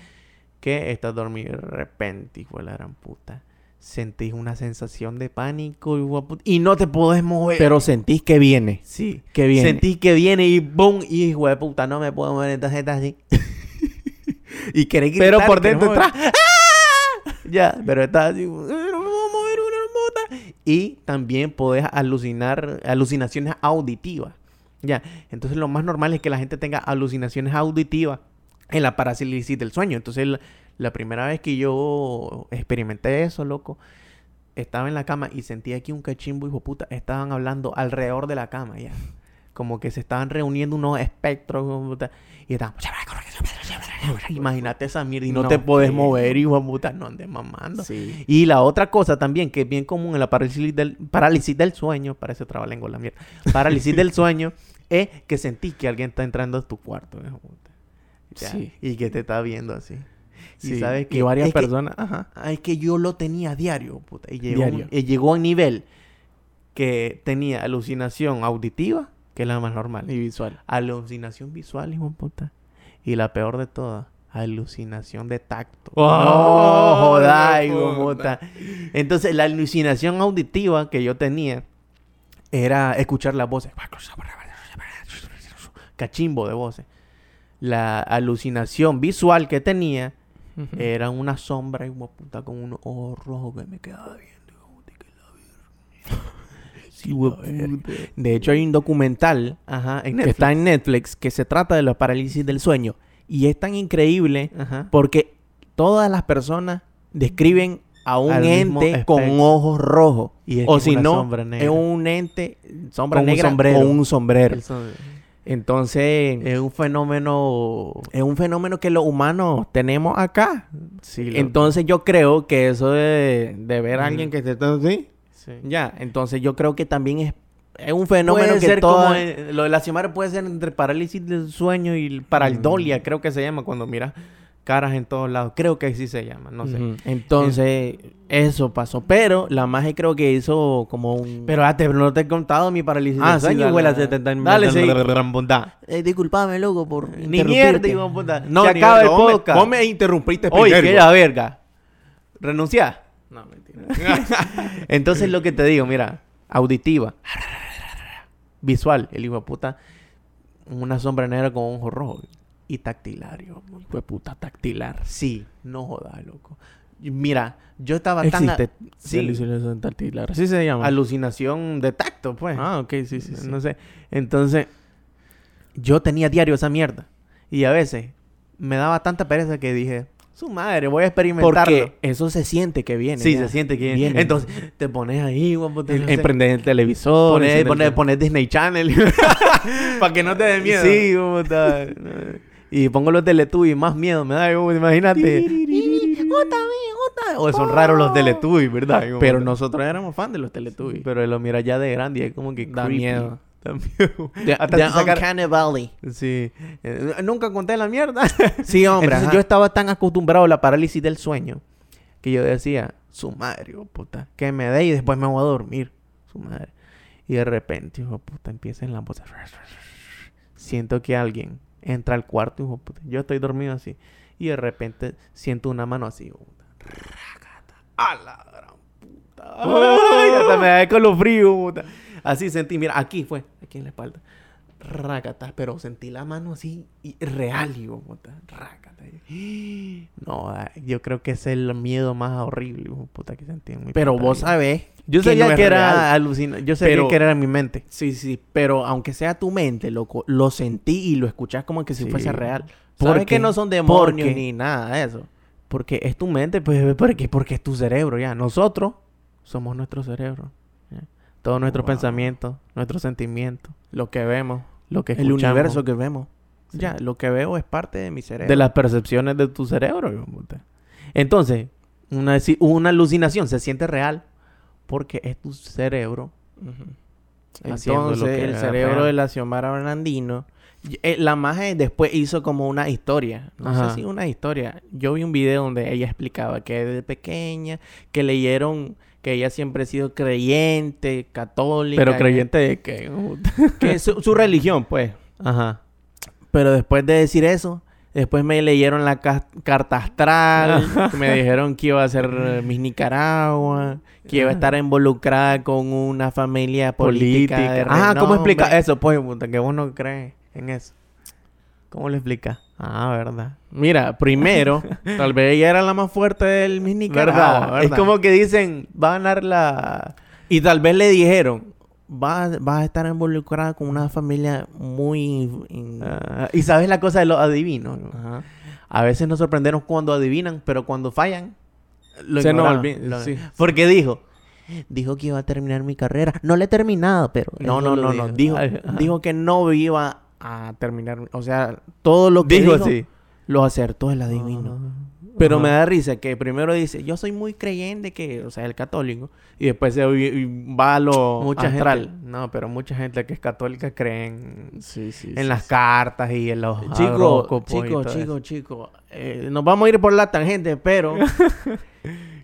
[SPEAKER 1] que estás dormido y de repente, hijo de la gran puta. Sentís una sensación de pánico hijo de puta, y no te podés mover.
[SPEAKER 2] Pero sentís que viene.
[SPEAKER 1] sí,
[SPEAKER 2] Que viene.
[SPEAKER 1] sentís que viene y boom, y hijo de puta, no me puedo mover, entonces estás así. (laughs) y querés gritar,
[SPEAKER 2] Pero por
[SPEAKER 1] querés
[SPEAKER 2] dentro
[SPEAKER 1] mover. ¡Ah! Ya, pero estás así, "Eh, no me puedo mover, una puta. Y también podés alucinar, alucinaciones auditivas. Ya, entonces lo más normal es que la gente tenga alucinaciones auditivas en la parálisis del sueño. Entonces, la, la primera vez que yo experimenté eso, loco, estaba en la cama y sentía aquí un cachimbo, hijo de puta, estaban hablando alrededor de la cama, ya. Como que se estaban reuniendo unos espectros, hijo de puta, y estaban... Imagínate esa mierda y no,
[SPEAKER 2] No,
[SPEAKER 1] te podés
[SPEAKER 2] sí.
[SPEAKER 1] mover, hijo de puta, no andes mamando.
[SPEAKER 2] Sí.
[SPEAKER 1] Y la otra cosa también que es bien común en la parálisis del, parálisis del sueño, parece trabalengua la mierda, parálisis del sueño, (laughs) es que sentís que alguien está entrando a tu cuarto. hijo de puta. Ya,
[SPEAKER 2] Sí.
[SPEAKER 1] Y que te está viendo así.
[SPEAKER 2] Sí.
[SPEAKER 1] Y sabes que
[SPEAKER 2] Y varias
[SPEAKER 1] es que-
[SPEAKER 2] personas. Ajá.
[SPEAKER 1] Ah, Es que yo lo tenía a diario, puta. Y llegó,
[SPEAKER 2] Diario.
[SPEAKER 1] un- y llegó a un nivel que tenía alucinación auditiva, que es la más normal.
[SPEAKER 2] Y visual.
[SPEAKER 1] Alucinación visual, hijo de puta. Y la peor de todas, alucinación de tacto.
[SPEAKER 2] ¡Oh,
[SPEAKER 1] no, joda, hijo de
[SPEAKER 2] puta!
[SPEAKER 1] puta. Entonces, la alucinación auditiva que yo tenía era escuchar las voces. Cachimbo de voces. La alucinación visual que tenía
[SPEAKER 2] Ujú.
[SPEAKER 1] era una sombra y una puta con unos ojos rojos que me quedaba viendo. hijo de que la verga. Sí, hueputa.
[SPEAKER 2] De hecho, hay un documental
[SPEAKER 1] Ajá, en
[SPEAKER 2] que
[SPEAKER 1] Netflix.
[SPEAKER 2] está en Netflix que se trata de la parálisis del sueño. Y es tan increíble
[SPEAKER 1] Ajá.
[SPEAKER 2] porque todas las personas describen a un
[SPEAKER 1] Al mismo
[SPEAKER 2] ente
[SPEAKER 1] espectro.
[SPEAKER 2] con ojos rojos.
[SPEAKER 1] Y es
[SPEAKER 2] o
[SPEAKER 1] que
[SPEAKER 2] si
[SPEAKER 1] una
[SPEAKER 2] no,
[SPEAKER 1] sombra negra.
[SPEAKER 2] es un ente sombra
[SPEAKER 1] Con un
[SPEAKER 2] negra
[SPEAKER 1] sombrero.
[SPEAKER 2] con un sombrero.
[SPEAKER 1] El son-
[SPEAKER 2] Entonces,
[SPEAKER 1] Es un fenómeno.
[SPEAKER 2] es un fenómeno que los humanos tenemos acá.
[SPEAKER 1] Sí, loco.
[SPEAKER 2] Entonces, yo creo que eso de, de ver a alguien que esté tan así,
[SPEAKER 1] Sí.
[SPEAKER 2] ya. Entonces, yo creo que también es, es un fenómeno
[SPEAKER 1] puede
[SPEAKER 2] que
[SPEAKER 1] ser
[SPEAKER 2] todas-
[SPEAKER 1] como en- lo de la semana puede ser entre parálisis del sueño y el- paraldolia,
[SPEAKER 2] Mm.
[SPEAKER 1] creo que se llama cuando miras caras en todos lados. Creo que sí se llama, no sé.
[SPEAKER 2] Ujú. Entonces, eso pasó. Pero la magia creo que hizo como un.
[SPEAKER 1] Pero ah, te- no te he contado mi parálisis
[SPEAKER 2] Ah,
[SPEAKER 1] del
[SPEAKER 2] sí,
[SPEAKER 1] sueño,
[SPEAKER 2] dale,
[SPEAKER 1] güey, la
[SPEAKER 2] dale.
[SPEAKER 1] 70
[SPEAKER 2] Dale, sí.
[SPEAKER 1] gran bondad.
[SPEAKER 3] Eh, disculpame, loco, por
[SPEAKER 1] Ni mierda, hijo
[SPEAKER 2] pues,
[SPEAKER 1] de puta. se
[SPEAKER 2] ni
[SPEAKER 1] acaba el
[SPEAKER 2] verga, vos me-
[SPEAKER 1] podcast.
[SPEAKER 2] Vos me interrumpiste
[SPEAKER 1] Oye,
[SPEAKER 2] primero.
[SPEAKER 1] que la verga. Renuncia.
[SPEAKER 2] No, mentira.
[SPEAKER 1] (laughs) Entonces lo que te digo, mira, auditiva, visual, el hijo de puta, una sombra negra con ojo rojo y tactilario.
[SPEAKER 2] Fue puta tactilar.
[SPEAKER 1] Sí, no jodas, loco. Y Mira, yo estaba tan a-
[SPEAKER 2] Existe.
[SPEAKER 1] sí.
[SPEAKER 2] Alucinación tactilar. Así se llama.
[SPEAKER 1] alucinación de tacto, pues.
[SPEAKER 2] Ah, ok, sí, sí, sí.
[SPEAKER 1] No sé. Entonces, yo tenía diario esa mierda y a veces me daba tanta pereza que dije, su madre, voy a experimentarlo.
[SPEAKER 2] Porque eso se siente que viene.
[SPEAKER 1] Sí,
[SPEAKER 2] ya.
[SPEAKER 1] se siente que
[SPEAKER 2] Viene.
[SPEAKER 1] Entonces, te pones ahí, guapo. puta, no
[SPEAKER 2] El-
[SPEAKER 1] sé.
[SPEAKER 2] Emprender el televisor.
[SPEAKER 1] Poner,
[SPEAKER 2] encender
[SPEAKER 1] poner,
[SPEAKER 2] el-
[SPEAKER 1] poner Disney Channel. (laughs)
[SPEAKER 2] Para que no te dé miedo.
[SPEAKER 1] Sí, puta. Y pongo los Teletubbies, más miedo me da, como, imagínate. O son raros los Teletubbies, ¿verdad? Como,
[SPEAKER 2] Pero
[SPEAKER 1] puta.
[SPEAKER 2] nosotros éramos fan de los Teletubbies.
[SPEAKER 1] Ah, Pero lo mira ya de grande y es como que
[SPEAKER 2] Da
[SPEAKER 1] creepy.
[SPEAKER 2] miedo.
[SPEAKER 1] Da miedo.
[SPEAKER 2] De-
[SPEAKER 1] Hasta
[SPEAKER 2] de
[SPEAKER 1] te sacar-
[SPEAKER 3] Uncanny Valley.
[SPEAKER 1] Sí. Eh, Nunca conté la mierda.
[SPEAKER 2] (laughs) Sí, hombre.
[SPEAKER 1] Entonces,
[SPEAKER 2] ajá.
[SPEAKER 1] yo estaba tan acostumbrado a la parálisis del sueño que yo decía, su madre, hijo de puta, que me dé y después me voy a dormir. Su madre. Y de repente, hijo de puta, empiezan las voces. Siento que alguien entra al cuarto, hijo de puta. Yo estoy dormido así. Y de repente siento una mano así, hijo de puta. Racata. A la gran puta. Ay, hasta me da con lo frío, puta. Así sentí, mira, aquí fue, aquí en la espalda. Racata, pero sentí la mano así y real, hijo de puta. Racata. No, ah, yo creo que ese es el miedo más horrible, hijo de puta, que sentí en mi
[SPEAKER 2] Pero
[SPEAKER 1] puta
[SPEAKER 2] vos
[SPEAKER 1] vida.
[SPEAKER 2] sabés.
[SPEAKER 1] Yo
[SPEAKER 2] que
[SPEAKER 1] sabía
[SPEAKER 2] no
[SPEAKER 1] que,
[SPEAKER 2] es
[SPEAKER 1] era
[SPEAKER 2] real.
[SPEAKER 1] alucina, yo sabía
[SPEAKER 2] Pero-
[SPEAKER 1] que era en mi mente.
[SPEAKER 2] Sí, sí, pero aunque sea tu mente, loco, lo sentí y lo escuchás como que si
[SPEAKER 1] Sí.
[SPEAKER 2] fuese real.
[SPEAKER 1] ¿Por
[SPEAKER 2] Porque
[SPEAKER 1] qué?
[SPEAKER 2] no son demonios
[SPEAKER 1] Porque-
[SPEAKER 2] ni nada de eso.
[SPEAKER 1] Porque es tu mente, pues, porque, porque es tu cerebro, ya. Nosotros somos nuestro cerebro. ya. Todos nuestros
[SPEAKER 2] Wow.
[SPEAKER 1] pensamientos, nuestros sentimientos,
[SPEAKER 2] Lo que vemos,
[SPEAKER 1] lo que
[SPEAKER 2] el
[SPEAKER 1] escuchamos.
[SPEAKER 2] universo que vemos. Ya, lo que veo es parte de mi cerebro.
[SPEAKER 1] De las percepciones de tu cerebro. hijo de puta. Entonces, una, si- una alucinación se siente real porque es tu cerebro.
[SPEAKER 2] Ujú.
[SPEAKER 1] haciendo lo
[SPEAKER 2] Entonces,
[SPEAKER 1] que
[SPEAKER 2] el
[SPEAKER 1] le da
[SPEAKER 2] cerebro
[SPEAKER 1] pena.
[SPEAKER 2] de la Xiomara Bernardino. y- eh, La maje después hizo como una historia. No
[SPEAKER 1] Ajá.
[SPEAKER 2] sé si una historia. Yo vi un video donde ella explicaba que desde pequeña, que leyeron que ella siempre ha sido creyente, católica.
[SPEAKER 1] Pero
[SPEAKER 2] que-
[SPEAKER 1] creyente de que... hijo de puta.
[SPEAKER 2] (laughs) Que su, su
[SPEAKER 1] (laughs)
[SPEAKER 2] religión, pues.
[SPEAKER 1] Ajá.
[SPEAKER 2] Pero después de decir eso, después me leyeron la cas- carta (laughs) astral, que me dijeron que iba a ser eh, Miss Nicaragua, que iba a estar involucrada con una familia política. de
[SPEAKER 1] Ah, ¿cómo explica
[SPEAKER 2] renombre.
[SPEAKER 1] eso? Pues, hijo de puta, que vos no crees en eso. ¿Cómo lo explicas? Ah, verdad.
[SPEAKER 2] Mira, (laughs) primero, tal vez ella era la más fuerte del Miss Nicaragua,
[SPEAKER 1] ¿Verdad?
[SPEAKER 2] ¿verdad?
[SPEAKER 1] Es como que dicen, va a ganar la...
[SPEAKER 2] Y tal vez le dijeron, vas vas a estar involucrada con una familia muy... in- in-
[SPEAKER 1] Ah, y sabes la cosa de los adivinos. ¿no?
[SPEAKER 2] Ajá.
[SPEAKER 1] A veces nos sorprendemos cuando adivinan, pero cuando fallan, lo
[SPEAKER 2] Se nos
[SPEAKER 1] ignoramos.
[SPEAKER 2] olvida,
[SPEAKER 1] Lo-
[SPEAKER 2] sí.
[SPEAKER 1] Porque dijo,
[SPEAKER 3] Dijo que iba a terminar mi carrera. No la he terminado, pero.
[SPEAKER 2] No,
[SPEAKER 3] eso
[SPEAKER 2] no,
[SPEAKER 3] lo
[SPEAKER 2] no, no. Dijo,
[SPEAKER 3] dijo.
[SPEAKER 1] Ajá.
[SPEAKER 2] dijo que no iba a terminar. O sea, todo lo que
[SPEAKER 1] dijo
[SPEAKER 2] dijo, Ah.
[SPEAKER 1] así.
[SPEAKER 2] lo acertó el adivino. Pero me da risa que primero dice, yo soy muy creyente que, o sea, el católico. Y después se oye- y va a lo
[SPEAKER 1] Mucha
[SPEAKER 2] astral.
[SPEAKER 1] gente, no, pero mucha gente que es católica cree en,
[SPEAKER 2] Sí, sí,
[SPEAKER 1] en las cartas y en los
[SPEAKER 2] Chico,
[SPEAKER 1] horóscopos y
[SPEAKER 2] chico,
[SPEAKER 1] todo
[SPEAKER 2] chico, chico. eh, nos vamos a ir por la tangente,
[SPEAKER 1] (laughs)
[SPEAKER 2] pero...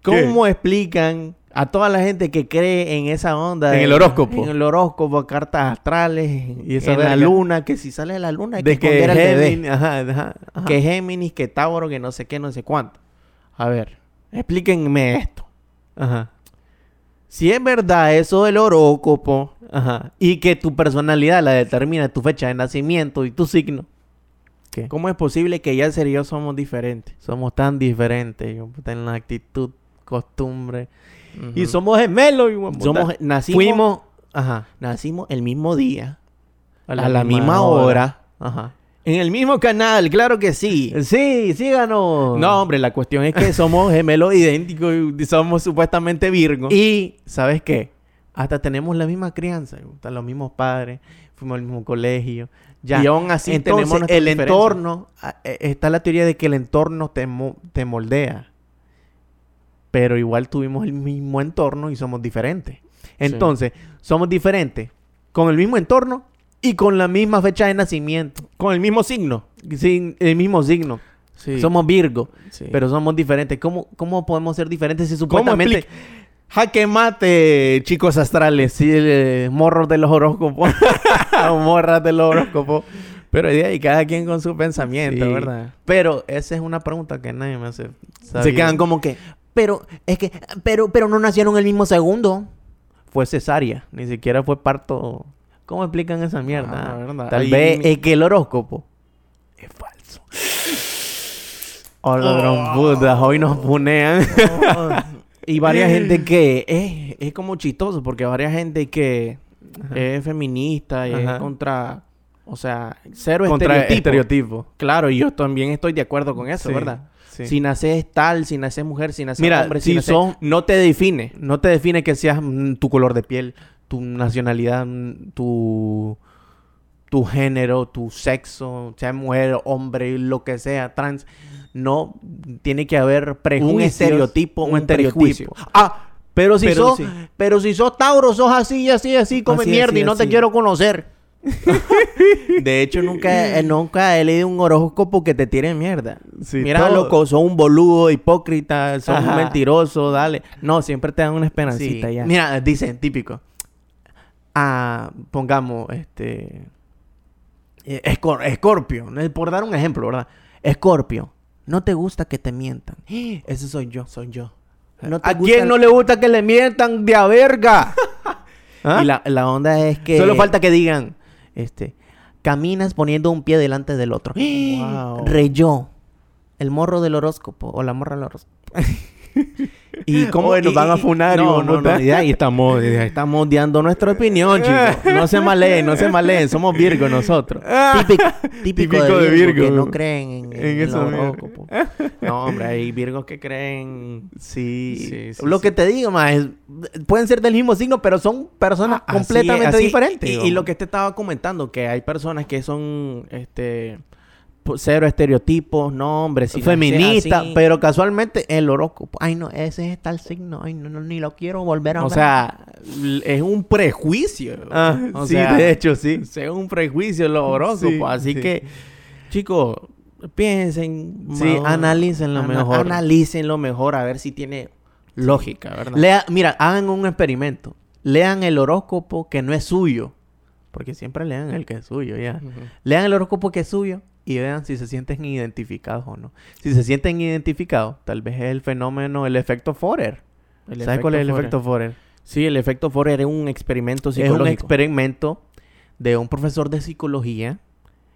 [SPEAKER 2] ¿Cómo explican a toda la gente que cree en esa onda?
[SPEAKER 1] En el horóscopo.
[SPEAKER 2] En el horóscopo, cartas astrales, en,
[SPEAKER 1] Y esa
[SPEAKER 2] en la
[SPEAKER 1] verga.
[SPEAKER 2] luna, que si sale la luna
[SPEAKER 1] eso.
[SPEAKER 2] hay
[SPEAKER 1] De
[SPEAKER 2] que
[SPEAKER 1] que
[SPEAKER 2] esconder al bebé.
[SPEAKER 1] Géminis- ajá, ajá, ajá.
[SPEAKER 2] Que Géminis, que Tauro, que no sé qué, no sé cuánto. A ver, explíquenme esto.
[SPEAKER 1] Ajá,
[SPEAKER 2] Si es verdad eso del horóscopo,
[SPEAKER 1] ajá. Y que tu personalidad la determina tu fecha de nacimiento y tu signo.
[SPEAKER 2] ¿cómo es posible que ya ser y yo somos diferentes?
[SPEAKER 1] Somos tan diferentes hijo de puta, en la actitud, costumbre. Y
[SPEAKER 2] Ujú.
[SPEAKER 1] somos gemelos, hijo de puta.
[SPEAKER 2] somos nacimos,
[SPEAKER 1] Fuimos, ajá,
[SPEAKER 2] nacimos el mismo día,
[SPEAKER 1] a
[SPEAKER 2] a la, misma, hora.
[SPEAKER 1] Ajá.
[SPEAKER 2] en el mismo canal, claro que sí.
[SPEAKER 1] Sí, síganos.
[SPEAKER 2] No, hombre, la cuestión es que somos gemelos idénticos y somos supuestamente Virgo.
[SPEAKER 1] Y, ¿sabes qué? Hasta tenemos la misma crianza, hijo de puta, los mismos padres, fuimos al mismo colegio. Ya.
[SPEAKER 2] Y aún así
[SPEAKER 1] Entonces,
[SPEAKER 2] tenemos nuestras
[SPEAKER 1] el
[SPEAKER 2] diferencias.
[SPEAKER 1] entorno, a- eh, está la teoría de que el entorno te, mo- te moldea. Pero igual tuvimos el mismo entorno y somos diferentes. Entonces, somos diferentes con el mismo entorno y con la misma fecha de nacimiento,
[SPEAKER 2] con el mismo signo.
[SPEAKER 1] sin el mismo signo.
[SPEAKER 2] Sí.
[SPEAKER 1] Somos Virgo,
[SPEAKER 2] Pero
[SPEAKER 1] pero somos diferentes. ¿Cómo, cómo podemos ser diferentes si supuestamente
[SPEAKER 2] jaque mate, chicos astrales.
[SPEAKER 1] sí, eh, morros de los
[SPEAKER 2] (laughs)
[SPEAKER 1] horóscopos o morras de (laughs) los horóscopos?
[SPEAKER 2] Pero de ahí cada quien con su pensamiento,
[SPEAKER 1] Sí.
[SPEAKER 2] ¿verdad?
[SPEAKER 1] Pero esa es una pregunta que nadie me hace.
[SPEAKER 2] Se
[SPEAKER 1] sabido.
[SPEAKER 2] quedan como que
[SPEAKER 3] Pero, es que. Pero, pero no nacieron el mismo segundo.
[SPEAKER 1] fue cesárea, ni siquiera fue parto. ¿Cómo explican esa mierda?
[SPEAKER 2] Ah, verdad.
[SPEAKER 1] Tal
[SPEAKER 2] Ahí
[SPEAKER 1] vez
[SPEAKER 2] mi-
[SPEAKER 1] es que el horóscopo es falso.
[SPEAKER 2] Oh.
[SPEAKER 1] Hola, gran puta, hoy nos punean.
[SPEAKER 2] (laughs) y varias
[SPEAKER 1] (laughs)
[SPEAKER 2] gente que es, es como chistoso porque varias gente que es feminista y
[SPEAKER 1] Ajá.
[SPEAKER 2] es contra o sea, cero
[SPEAKER 1] Contra
[SPEAKER 2] estereotipo.
[SPEAKER 1] estereotipo.
[SPEAKER 2] Claro, y yo también estoy de acuerdo con eso,
[SPEAKER 1] Sí,
[SPEAKER 2] ¿verdad?
[SPEAKER 1] sí.
[SPEAKER 2] Si naces tal, si naces mujer, si naces
[SPEAKER 1] Mira,
[SPEAKER 2] hombre,
[SPEAKER 1] si
[SPEAKER 2] naces-
[SPEAKER 1] son-
[SPEAKER 2] no te define.
[SPEAKER 1] No te define que seas mm, tu color de piel, tu nacionalidad, mm, tu, tu género, tu sexo, sea mujer, hombre, lo que sea, trans. No tiene que haber prejuicios.
[SPEAKER 2] un estereotipo, un,
[SPEAKER 1] prejuicio.
[SPEAKER 2] estereotipo. Ah,
[SPEAKER 1] Pero si
[SPEAKER 2] Pero
[SPEAKER 1] sos,
[SPEAKER 2] sí.
[SPEAKER 1] pero si sos Tauro, sos así, y así, y así, come
[SPEAKER 2] Así,
[SPEAKER 1] mierda
[SPEAKER 2] así,
[SPEAKER 1] y no te
[SPEAKER 2] así.
[SPEAKER 1] quiero conocer.
[SPEAKER 2] de hecho nunca eh, nunca he leído un horóscopo que te tire mierda.
[SPEAKER 1] Sí,
[SPEAKER 2] Mira,
[SPEAKER 1] todo.
[SPEAKER 2] loco, son un boludo, hipócrita, son
[SPEAKER 1] Ajá.
[SPEAKER 2] un mentiroso, dale. No, siempre te dan una esperancita
[SPEAKER 1] Sí.
[SPEAKER 2] ya.
[SPEAKER 1] Mira, dicen, típico. Ah, pongamos, este. eh, Escor- Escorpio, eh, por dar un ejemplo, ¿verdad? Escorpio, no te gusta que te mientan. (gasps) Ese soy yo, soy yo.
[SPEAKER 3] No te
[SPEAKER 1] ¿A
[SPEAKER 3] gusta
[SPEAKER 1] quién
[SPEAKER 3] el-
[SPEAKER 1] no le gusta que le mientan de a verga? ¿Ah?
[SPEAKER 2] Y la, la onda es que
[SPEAKER 1] Solo falta que digan, este, caminas poniendo un pie delante del (gasps) otro.
[SPEAKER 2] Wow.
[SPEAKER 3] Reyó. El morro del horóscopo. O la morra del horóscopo.
[SPEAKER 2] (laughs) y cómo
[SPEAKER 1] Bueno,
[SPEAKER 2] y-
[SPEAKER 1] van a
[SPEAKER 2] y-
[SPEAKER 1] funar, hijo
[SPEAKER 2] no,
[SPEAKER 1] de
[SPEAKER 2] no,
[SPEAKER 1] puta.
[SPEAKER 2] no, y ahí estamos, y ahí estamos odiando nuestra opinión, (laughs) chicos. No se maleen, no se maleen, somos Virgo nosotros.
[SPEAKER 3] Típico, típico,
[SPEAKER 1] Ah. (laughs) Típico de
[SPEAKER 3] de Virgo. Que
[SPEAKER 1] Virgo.
[SPEAKER 3] no creen en, en,
[SPEAKER 1] En
[SPEAKER 3] el
[SPEAKER 1] esa mierda.
[SPEAKER 3] horóscopo.
[SPEAKER 2] No, hombre, hay Virgos que creen
[SPEAKER 1] Sí.
[SPEAKER 2] Sí, sí,
[SPEAKER 1] lo
[SPEAKER 2] sí.
[SPEAKER 1] que te digo, más pueden ser del mismo signo, pero son personas
[SPEAKER 2] Ah, Así es,
[SPEAKER 1] completamente
[SPEAKER 2] así-
[SPEAKER 1] diferentes.
[SPEAKER 2] Y, y
[SPEAKER 1] digamos.
[SPEAKER 2] lo que te estaba comentando, que hay personas que son este cero estereotipos, no, hombre, si no
[SPEAKER 1] feminista,
[SPEAKER 2] seas así.
[SPEAKER 1] pero casualmente el horóscopo. Ay, no, ese es tal signo. Ay, no, no, ni lo quiero volver a
[SPEAKER 2] O
[SPEAKER 1] ver.
[SPEAKER 2] sea, l- es un prejuicio. (laughs)
[SPEAKER 1] Ah,
[SPEAKER 2] o (laughs)
[SPEAKER 1] sí,
[SPEAKER 2] sea,
[SPEAKER 1] de hecho, sí.
[SPEAKER 2] Es un prejuicio los horóscopos.
[SPEAKER 1] Sí,
[SPEAKER 2] así
[SPEAKER 1] sí.
[SPEAKER 2] que, chicos, piensen.
[SPEAKER 1] Sí,
[SPEAKER 2] madura-
[SPEAKER 1] analícenlo
[SPEAKER 2] ana-
[SPEAKER 1] mejor.
[SPEAKER 2] Analícenlo mejor a ver si tiene lógica, ¿verdad?
[SPEAKER 1] Lea- mira, hagan un experimento. Lean el horóscopo que no es suyo. Porque siempre lean el que es suyo, ya.
[SPEAKER 2] Ujú.
[SPEAKER 1] Lean el horóscopo que es suyo y vean si se sienten identificados o no. Si se sienten identificados, tal vez es el fenómeno, el efecto Forer.
[SPEAKER 2] El
[SPEAKER 1] ¿Sabes cuál es el
[SPEAKER 2] Forer.
[SPEAKER 1] efecto Forer?
[SPEAKER 2] Sí, el efecto Forer es un experimento
[SPEAKER 1] Es
[SPEAKER 2] psicológico.
[SPEAKER 1] un experimento de un profesor de psicología.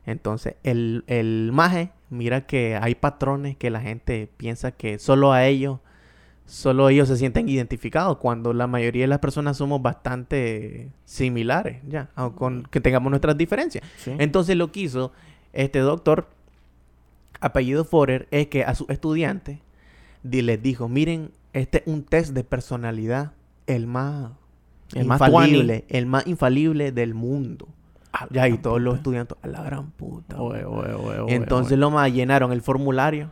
[SPEAKER 1] Entonces, el, el maje mira que hay patrones que la gente piensa que solo a ellos, solo ellos se sienten identificados, cuando la mayoría de las personas somos bastante similares, ya, aun con que tengamos nuestras diferencias.
[SPEAKER 2] Sí.
[SPEAKER 1] Entonces, lo que hizo este doctor, apellido Forer, es que a sus estudiantes di- les dijo, miren, este es un test de personalidad, el más
[SPEAKER 2] El más
[SPEAKER 1] infalible, el más infalible del mundo.
[SPEAKER 2] A
[SPEAKER 1] Ya,
[SPEAKER 2] la
[SPEAKER 1] y todos los
[SPEAKER 2] puta.
[SPEAKER 1] estudiantes, a la gran puta.
[SPEAKER 2] Oe,
[SPEAKER 1] weón".
[SPEAKER 2] oe, oe, oe,
[SPEAKER 1] Entonces
[SPEAKER 2] oe.
[SPEAKER 1] lo más llenaron el formulario.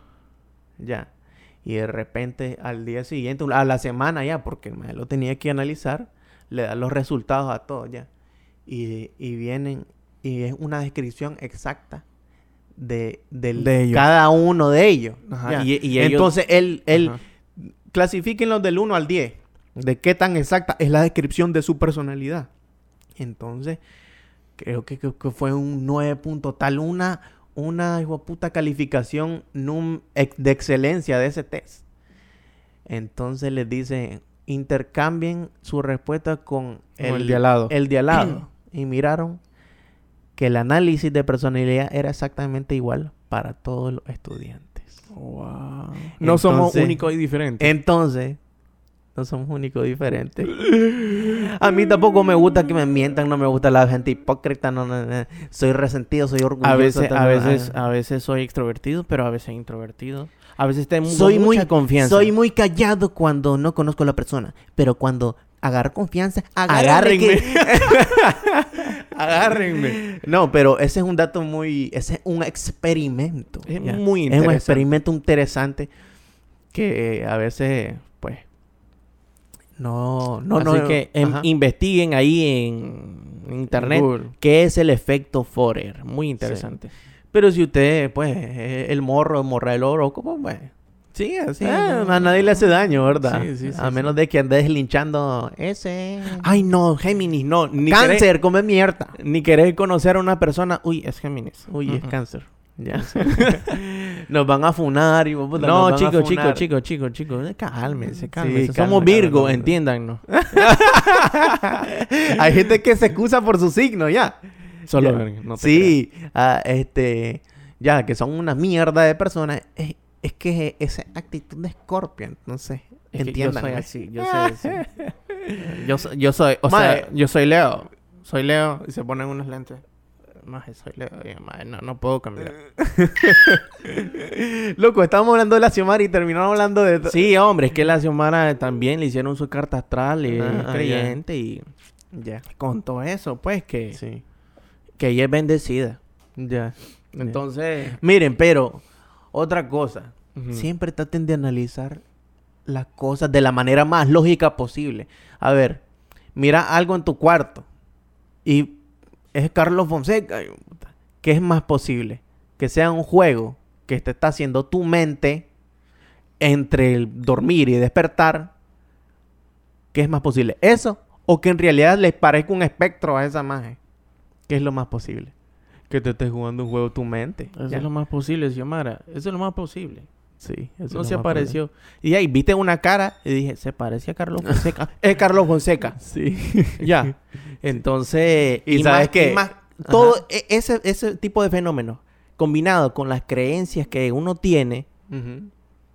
[SPEAKER 1] Ya. Y de repente al día siguiente, a la semana ya, porque el maestro lo tenía que analizar, le dan los resultados a todos ya. Y, y vienen, y es una descripción exacta de, del-
[SPEAKER 2] De ellos.
[SPEAKER 1] cada uno de ellos.
[SPEAKER 2] Ajá,
[SPEAKER 1] ya.
[SPEAKER 2] y- y ellos-
[SPEAKER 1] Entonces él, él
[SPEAKER 2] Ajá.
[SPEAKER 1] Clasifíquenlos del 1 al 10. De qué tan exacta es la descripción de su personalidad. Entonces, creo que, que- que fue un 9 punto tal. Una, una puta calificación num- ex- de excelencia de ese test. Entonces les dice, intercambien su respuesta con
[SPEAKER 2] Con el de al lado.
[SPEAKER 1] El de al lado. (clears throat) y miraron que el análisis de personalidad era exactamente igual para todos los estudiantes.
[SPEAKER 2] Wow. No somos
[SPEAKER 1] Entonces-
[SPEAKER 2] únicos y diferentes.
[SPEAKER 1] Entonces, no somos únicos diferentes. A mí tampoco me gusta que me mientan, no me gusta la gente hipócrita, no, no, no. soy resentido, soy orgulloso.
[SPEAKER 2] A veces, a
[SPEAKER 1] tal-
[SPEAKER 2] veces,
[SPEAKER 1] ah.
[SPEAKER 2] a veces soy extrovertido, pero a veces introvertido. A veces tengo
[SPEAKER 1] Soy
[SPEAKER 2] mucha
[SPEAKER 1] muy-
[SPEAKER 2] confianza.
[SPEAKER 1] soy muy callado cuando no conozco a la persona, pero cuando agarro confianza, agárrenme. (laughs)
[SPEAKER 2] Agárrenme.
[SPEAKER 1] No, pero ese es un dato muy, ese es un experimento.
[SPEAKER 2] Es
[SPEAKER 1] ya.
[SPEAKER 2] muy
[SPEAKER 1] Es un
[SPEAKER 2] interesante.
[SPEAKER 1] experimento interesante que eh, a veces, pues, no, no,
[SPEAKER 2] Así
[SPEAKER 1] no.
[SPEAKER 2] que em,
[SPEAKER 1] ajá.
[SPEAKER 2] investiguen ahí en internet
[SPEAKER 1] Google.
[SPEAKER 2] qué es el efecto Forer. Muy interesante.
[SPEAKER 1] Pero si usted, pues, es el morro, morra el oro, ¿cómo, pues?
[SPEAKER 2] Sí, así.
[SPEAKER 1] Ah, a nadie le hace daño, ¿verdad?
[SPEAKER 2] Sí, sí, sí,
[SPEAKER 1] a
[SPEAKER 2] sí.
[SPEAKER 1] menos de que andes linchando ese.
[SPEAKER 2] Ay, no, Géminis, no. Ni querer-
[SPEAKER 1] cáncer, come mierda.
[SPEAKER 2] ni querer conocer a una persona. Uy, es Géminis.
[SPEAKER 1] Uy, es
[SPEAKER 2] Ujú.
[SPEAKER 1] cáncer. Ya. (laughs) nos van a funar y puta, nos van
[SPEAKER 2] No,
[SPEAKER 1] a
[SPEAKER 2] chicos, chicos,
[SPEAKER 1] funar.
[SPEAKER 2] chicos, chicos, chicos. eh, Cálmense, cálmense.
[SPEAKER 1] calma,
[SPEAKER 2] Somos
[SPEAKER 1] calma,
[SPEAKER 2] Virgo, (laughs)
[SPEAKER 1] calma.
[SPEAKER 2] entiéndannos.
[SPEAKER 1] (laughs) Hay gente que se excusa por su signo, ya.
[SPEAKER 2] Solo
[SPEAKER 1] Ya.
[SPEAKER 2] Virgo, no te
[SPEAKER 1] sí, ah, este, ya que son una mierda de personas, es, es que esa actitud de Scorpio, entonces,
[SPEAKER 2] Es que
[SPEAKER 1] entiendan.
[SPEAKER 2] Yo soy así, yo soy así. yo, so- yo soy, o
[SPEAKER 1] Mae.
[SPEAKER 2] sea, yo soy Leo. Soy Leo y se ponen unos lentes. Maje, soy Leo. Y yo, "Mae, no, no puedo cambiar.
[SPEAKER 1] (laughs) Loco, estábamos hablando de la Xiomara y terminamos hablando de
[SPEAKER 2] Sí, hombre, es que la Xiomara también le hicieron su carta astral y es
[SPEAKER 1] Ah, ah,
[SPEAKER 2] creyente y
[SPEAKER 1] Ya.
[SPEAKER 2] con todo eso, pues que,
[SPEAKER 1] Sí.
[SPEAKER 2] que ella es bendecida.
[SPEAKER 1] Ya.
[SPEAKER 2] Entonces,
[SPEAKER 1] Miren, pero otra cosa,
[SPEAKER 2] ujú.
[SPEAKER 1] siempre traten de analizar las cosas de la manera más lógica posible. A ver, mira algo en tu cuarto y es Carlos Fonseca. y puta, ¿Qué es más posible? Que sea un juego que te está haciendo tu mente entre el dormir y despertar. ¿Qué es más posible? ¿Eso? ¿O que en realidad les parezca un espectro a esa magia? ¿Qué es lo más posible? Que te estés jugando un juego tu mente.
[SPEAKER 2] eso
[SPEAKER 1] Ya.
[SPEAKER 2] es lo más posible, Xiomara. Eso es lo más posible.
[SPEAKER 1] Sí, eso
[SPEAKER 2] no se
[SPEAKER 1] es lo más posible.
[SPEAKER 2] apareció. Y ahí viste una cara y dije, se parece a Carlos
[SPEAKER 1] (laughs)
[SPEAKER 2] Fonseca. es Carlos Fonseca.
[SPEAKER 1] Sí.
[SPEAKER 2] (laughs) Ya. Entonces,
[SPEAKER 1] Y sabes
[SPEAKER 2] más-
[SPEAKER 1] que-
[SPEAKER 2] y más- todo e- ese, ese tipo de fenómenos combinado con las creencias que uno tiene,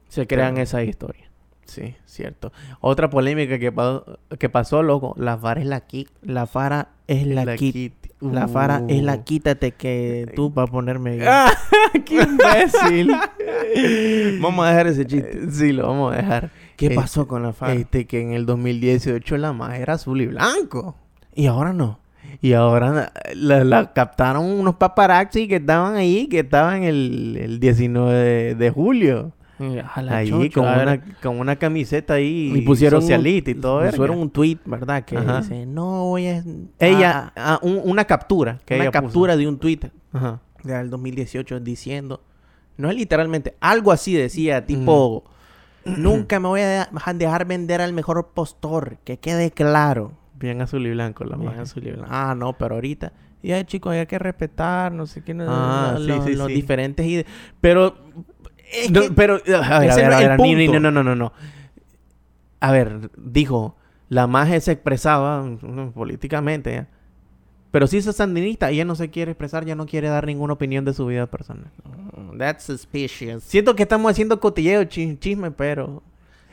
[SPEAKER 2] se crean
[SPEAKER 1] Claro.
[SPEAKER 2] esas historias.
[SPEAKER 1] Sí, cierto. Otra polémica que, pa- que pasó, loco, la Fara es la Kit.
[SPEAKER 2] La fara es la,
[SPEAKER 1] la
[SPEAKER 2] quit-
[SPEAKER 1] Kit.
[SPEAKER 2] La fara es la
[SPEAKER 1] Uh.
[SPEAKER 2] quítate que tú vas a (laughs) ponerme.
[SPEAKER 1] ¡Qué (laughs) imbécil!
[SPEAKER 2] Vamos a dejar ese chiste.
[SPEAKER 1] sí, lo vamos a dejar.
[SPEAKER 2] ¿Qué
[SPEAKER 1] Este-
[SPEAKER 2] pasó con la fara?
[SPEAKER 1] Este, que en el 2018 la más era azul y blanco.
[SPEAKER 2] Y ahora no.
[SPEAKER 1] Y ahora la, la captaron unos paparazzi que estaban ahí, que estaban el, el 19 de, de julio.
[SPEAKER 2] A la
[SPEAKER 1] Ahí
[SPEAKER 2] chocho,
[SPEAKER 1] con
[SPEAKER 2] a ver.
[SPEAKER 1] una, con una camiseta ahí
[SPEAKER 2] Y pusieron un-
[SPEAKER 1] socialista y todo. verga.
[SPEAKER 2] Pusieron un tweet, ¿verdad? Que
[SPEAKER 1] Ajá.
[SPEAKER 2] dice, no voy a...
[SPEAKER 1] Ella,
[SPEAKER 2] a-
[SPEAKER 1] ah, un- una captura. Que
[SPEAKER 2] una
[SPEAKER 1] ella puso.
[SPEAKER 2] captura de un tweet
[SPEAKER 1] Ajá.
[SPEAKER 2] del 2018 diciendo, no es literalmente, algo así decía, tipo, nunca me voy a deja- dejar vender al mejor postor, que quede claro.
[SPEAKER 1] Bien azul y blanco la
[SPEAKER 2] Bien
[SPEAKER 1] maja.
[SPEAKER 2] azul y blanco. Ah, no, pero ahorita, y ay, chicos, hay que respetar, no sé qué, no-
[SPEAKER 1] Ah,
[SPEAKER 2] no-
[SPEAKER 1] sí,
[SPEAKER 2] los,
[SPEAKER 1] sí,
[SPEAKER 2] los
[SPEAKER 1] sí.
[SPEAKER 2] diferentes ide- Pero... es
[SPEAKER 1] No,
[SPEAKER 2] que-
[SPEAKER 1] pero, a ver, a
[SPEAKER 2] ese
[SPEAKER 1] ver,
[SPEAKER 2] no
[SPEAKER 1] a
[SPEAKER 2] es el
[SPEAKER 1] ver, ni- ni-
[SPEAKER 2] punto.
[SPEAKER 1] no, no, no, no. A ver, dijo, la maje se expresaba mm, políticamente, ¿eh? pero si es sandinista, ella no se quiere expresar, ya no quiere dar ninguna opinión de su vida personal.
[SPEAKER 2] Mm, That's suspicious.
[SPEAKER 1] Siento que estamos haciendo cotilleo, chi- chisme, pero...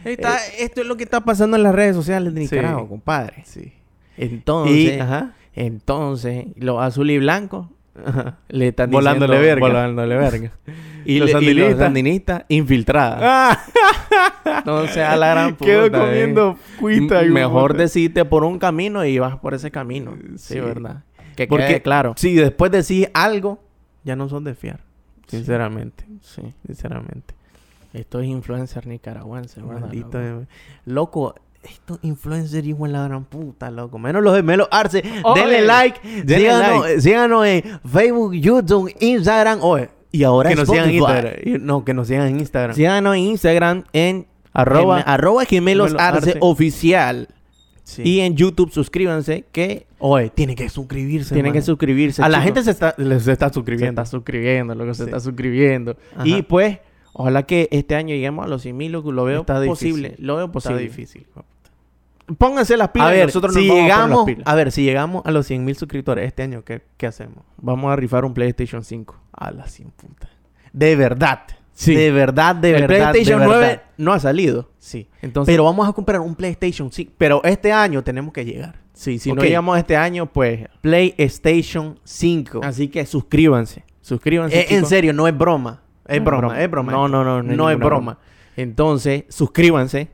[SPEAKER 2] Ahí está, esto es lo que está pasando en las redes sociales de
[SPEAKER 1] Sí.
[SPEAKER 2] Nicaragua, compadre.
[SPEAKER 1] Sí.
[SPEAKER 2] Entonces,
[SPEAKER 1] y, ajá,
[SPEAKER 2] entonces, los azul y blanco
[SPEAKER 1] ajá.
[SPEAKER 2] le están
[SPEAKER 1] Volándole
[SPEAKER 2] diciendo...
[SPEAKER 1] verga.
[SPEAKER 2] Volándole verga. y, le- y los
[SPEAKER 1] Los sandinistas.
[SPEAKER 2] sandinistas infiltrados. Entonces, a la
[SPEAKER 1] (laughs)
[SPEAKER 2] gran puta.
[SPEAKER 1] Quedo
[SPEAKER 2] eh.
[SPEAKER 1] Ah. comiendo cuita.
[SPEAKER 2] M-
[SPEAKER 1] hijo de
[SPEAKER 2] Mejor
[SPEAKER 1] puta.
[SPEAKER 2] decirte por un camino y vas por ese camino. Sí,
[SPEAKER 1] Eh, Sí.
[SPEAKER 2] ¿verdad? Que
[SPEAKER 1] Porque-
[SPEAKER 2] quede claro.
[SPEAKER 1] Si después decís algo, ya no son de fiar, sinceramente,
[SPEAKER 2] Sí.
[SPEAKER 1] sinceramente.
[SPEAKER 2] Estos influencers nicaragüenses, ¿verdad?
[SPEAKER 1] Maldito,
[SPEAKER 2] loco?
[SPEAKER 1] eh. loco. Estos influencers, hijo de la gran puta, loco. Menos los de Melo Arce.
[SPEAKER 2] Oye,
[SPEAKER 1] denle like.
[SPEAKER 2] denle
[SPEAKER 1] síganos, eh, síganos en Facebook, YouTube, Instagram. Oye, y ahora
[SPEAKER 2] Que nos sigan en
[SPEAKER 1] Spotify. Y- No, que nos sigan en Instagram.
[SPEAKER 2] Síganos en Instagram en
[SPEAKER 1] Arroba-
[SPEAKER 2] en- arroba gemelos
[SPEAKER 1] gemelos
[SPEAKER 2] Arce
[SPEAKER 1] Arce.
[SPEAKER 2] oficial.
[SPEAKER 1] Sí.
[SPEAKER 2] Y en YouTube suscríbanse que
[SPEAKER 1] oye, tienen que suscribirse.
[SPEAKER 2] tienen que
[SPEAKER 1] mano.
[SPEAKER 2] suscribirse.
[SPEAKER 1] A la
[SPEAKER 2] chicos.
[SPEAKER 1] gente se está, les está
[SPEAKER 2] se
[SPEAKER 1] suscribiendo.
[SPEAKER 2] está suscribiendo, lo que se
[SPEAKER 1] Sí.
[SPEAKER 2] está suscribiendo.
[SPEAKER 1] Ajá.
[SPEAKER 2] Y pues, ojalá que este año lleguemos a los 100 mil, lo lo veo
[SPEAKER 1] Está
[SPEAKER 2] posible.
[SPEAKER 1] difícil.
[SPEAKER 2] Lo veo
[SPEAKER 1] Está
[SPEAKER 2] posible.
[SPEAKER 1] difícil.
[SPEAKER 2] Pónganse las pilas
[SPEAKER 1] a
[SPEAKER 2] y
[SPEAKER 1] ver,
[SPEAKER 2] nosotros nos
[SPEAKER 1] si
[SPEAKER 2] vamos a poner
[SPEAKER 1] llegamos,
[SPEAKER 2] las pilas.
[SPEAKER 1] a ver, si llegamos a los 100 mil suscriptores este año, ¿qué, qué hacemos?
[SPEAKER 2] Vamos a rifar un PlayStation 5.
[SPEAKER 1] A las 100 putas. De verdad.
[SPEAKER 2] Sí.
[SPEAKER 1] De verdad, de
[SPEAKER 2] el
[SPEAKER 1] verdad. de
[SPEAKER 2] PlayStation
[SPEAKER 1] verdad.
[SPEAKER 2] 9 no ha salido.
[SPEAKER 1] Sí.
[SPEAKER 2] Entonces,
[SPEAKER 1] Pero vamos a comprar un PlayStation, sí. Pero este año tenemos que llegar.
[SPEAKER 2] sí, si no
[SPEAKER 1] ok.
[SPEAKER 2] llegamos este año, pues.
[SPEAKER 1] PlayStation 5.
[SPEAKER 2] Así que suscríbanse. Suscríbanse.
[SPEAKER 1] Eh, en
[SPEAKER 2] chicos.
[SPEAKER 1] serio, no es broma. Es
[SPEAKER 2] No
[SPEAKER 1] broma, es broma.
[SPEAKER 2] No, no, no.
[SPEAKER 1] No, es
[SPEAKER 2] ninguna
[SPEAKER 1] broma.
[SPEAKER 2] Entonces, suscríbanse.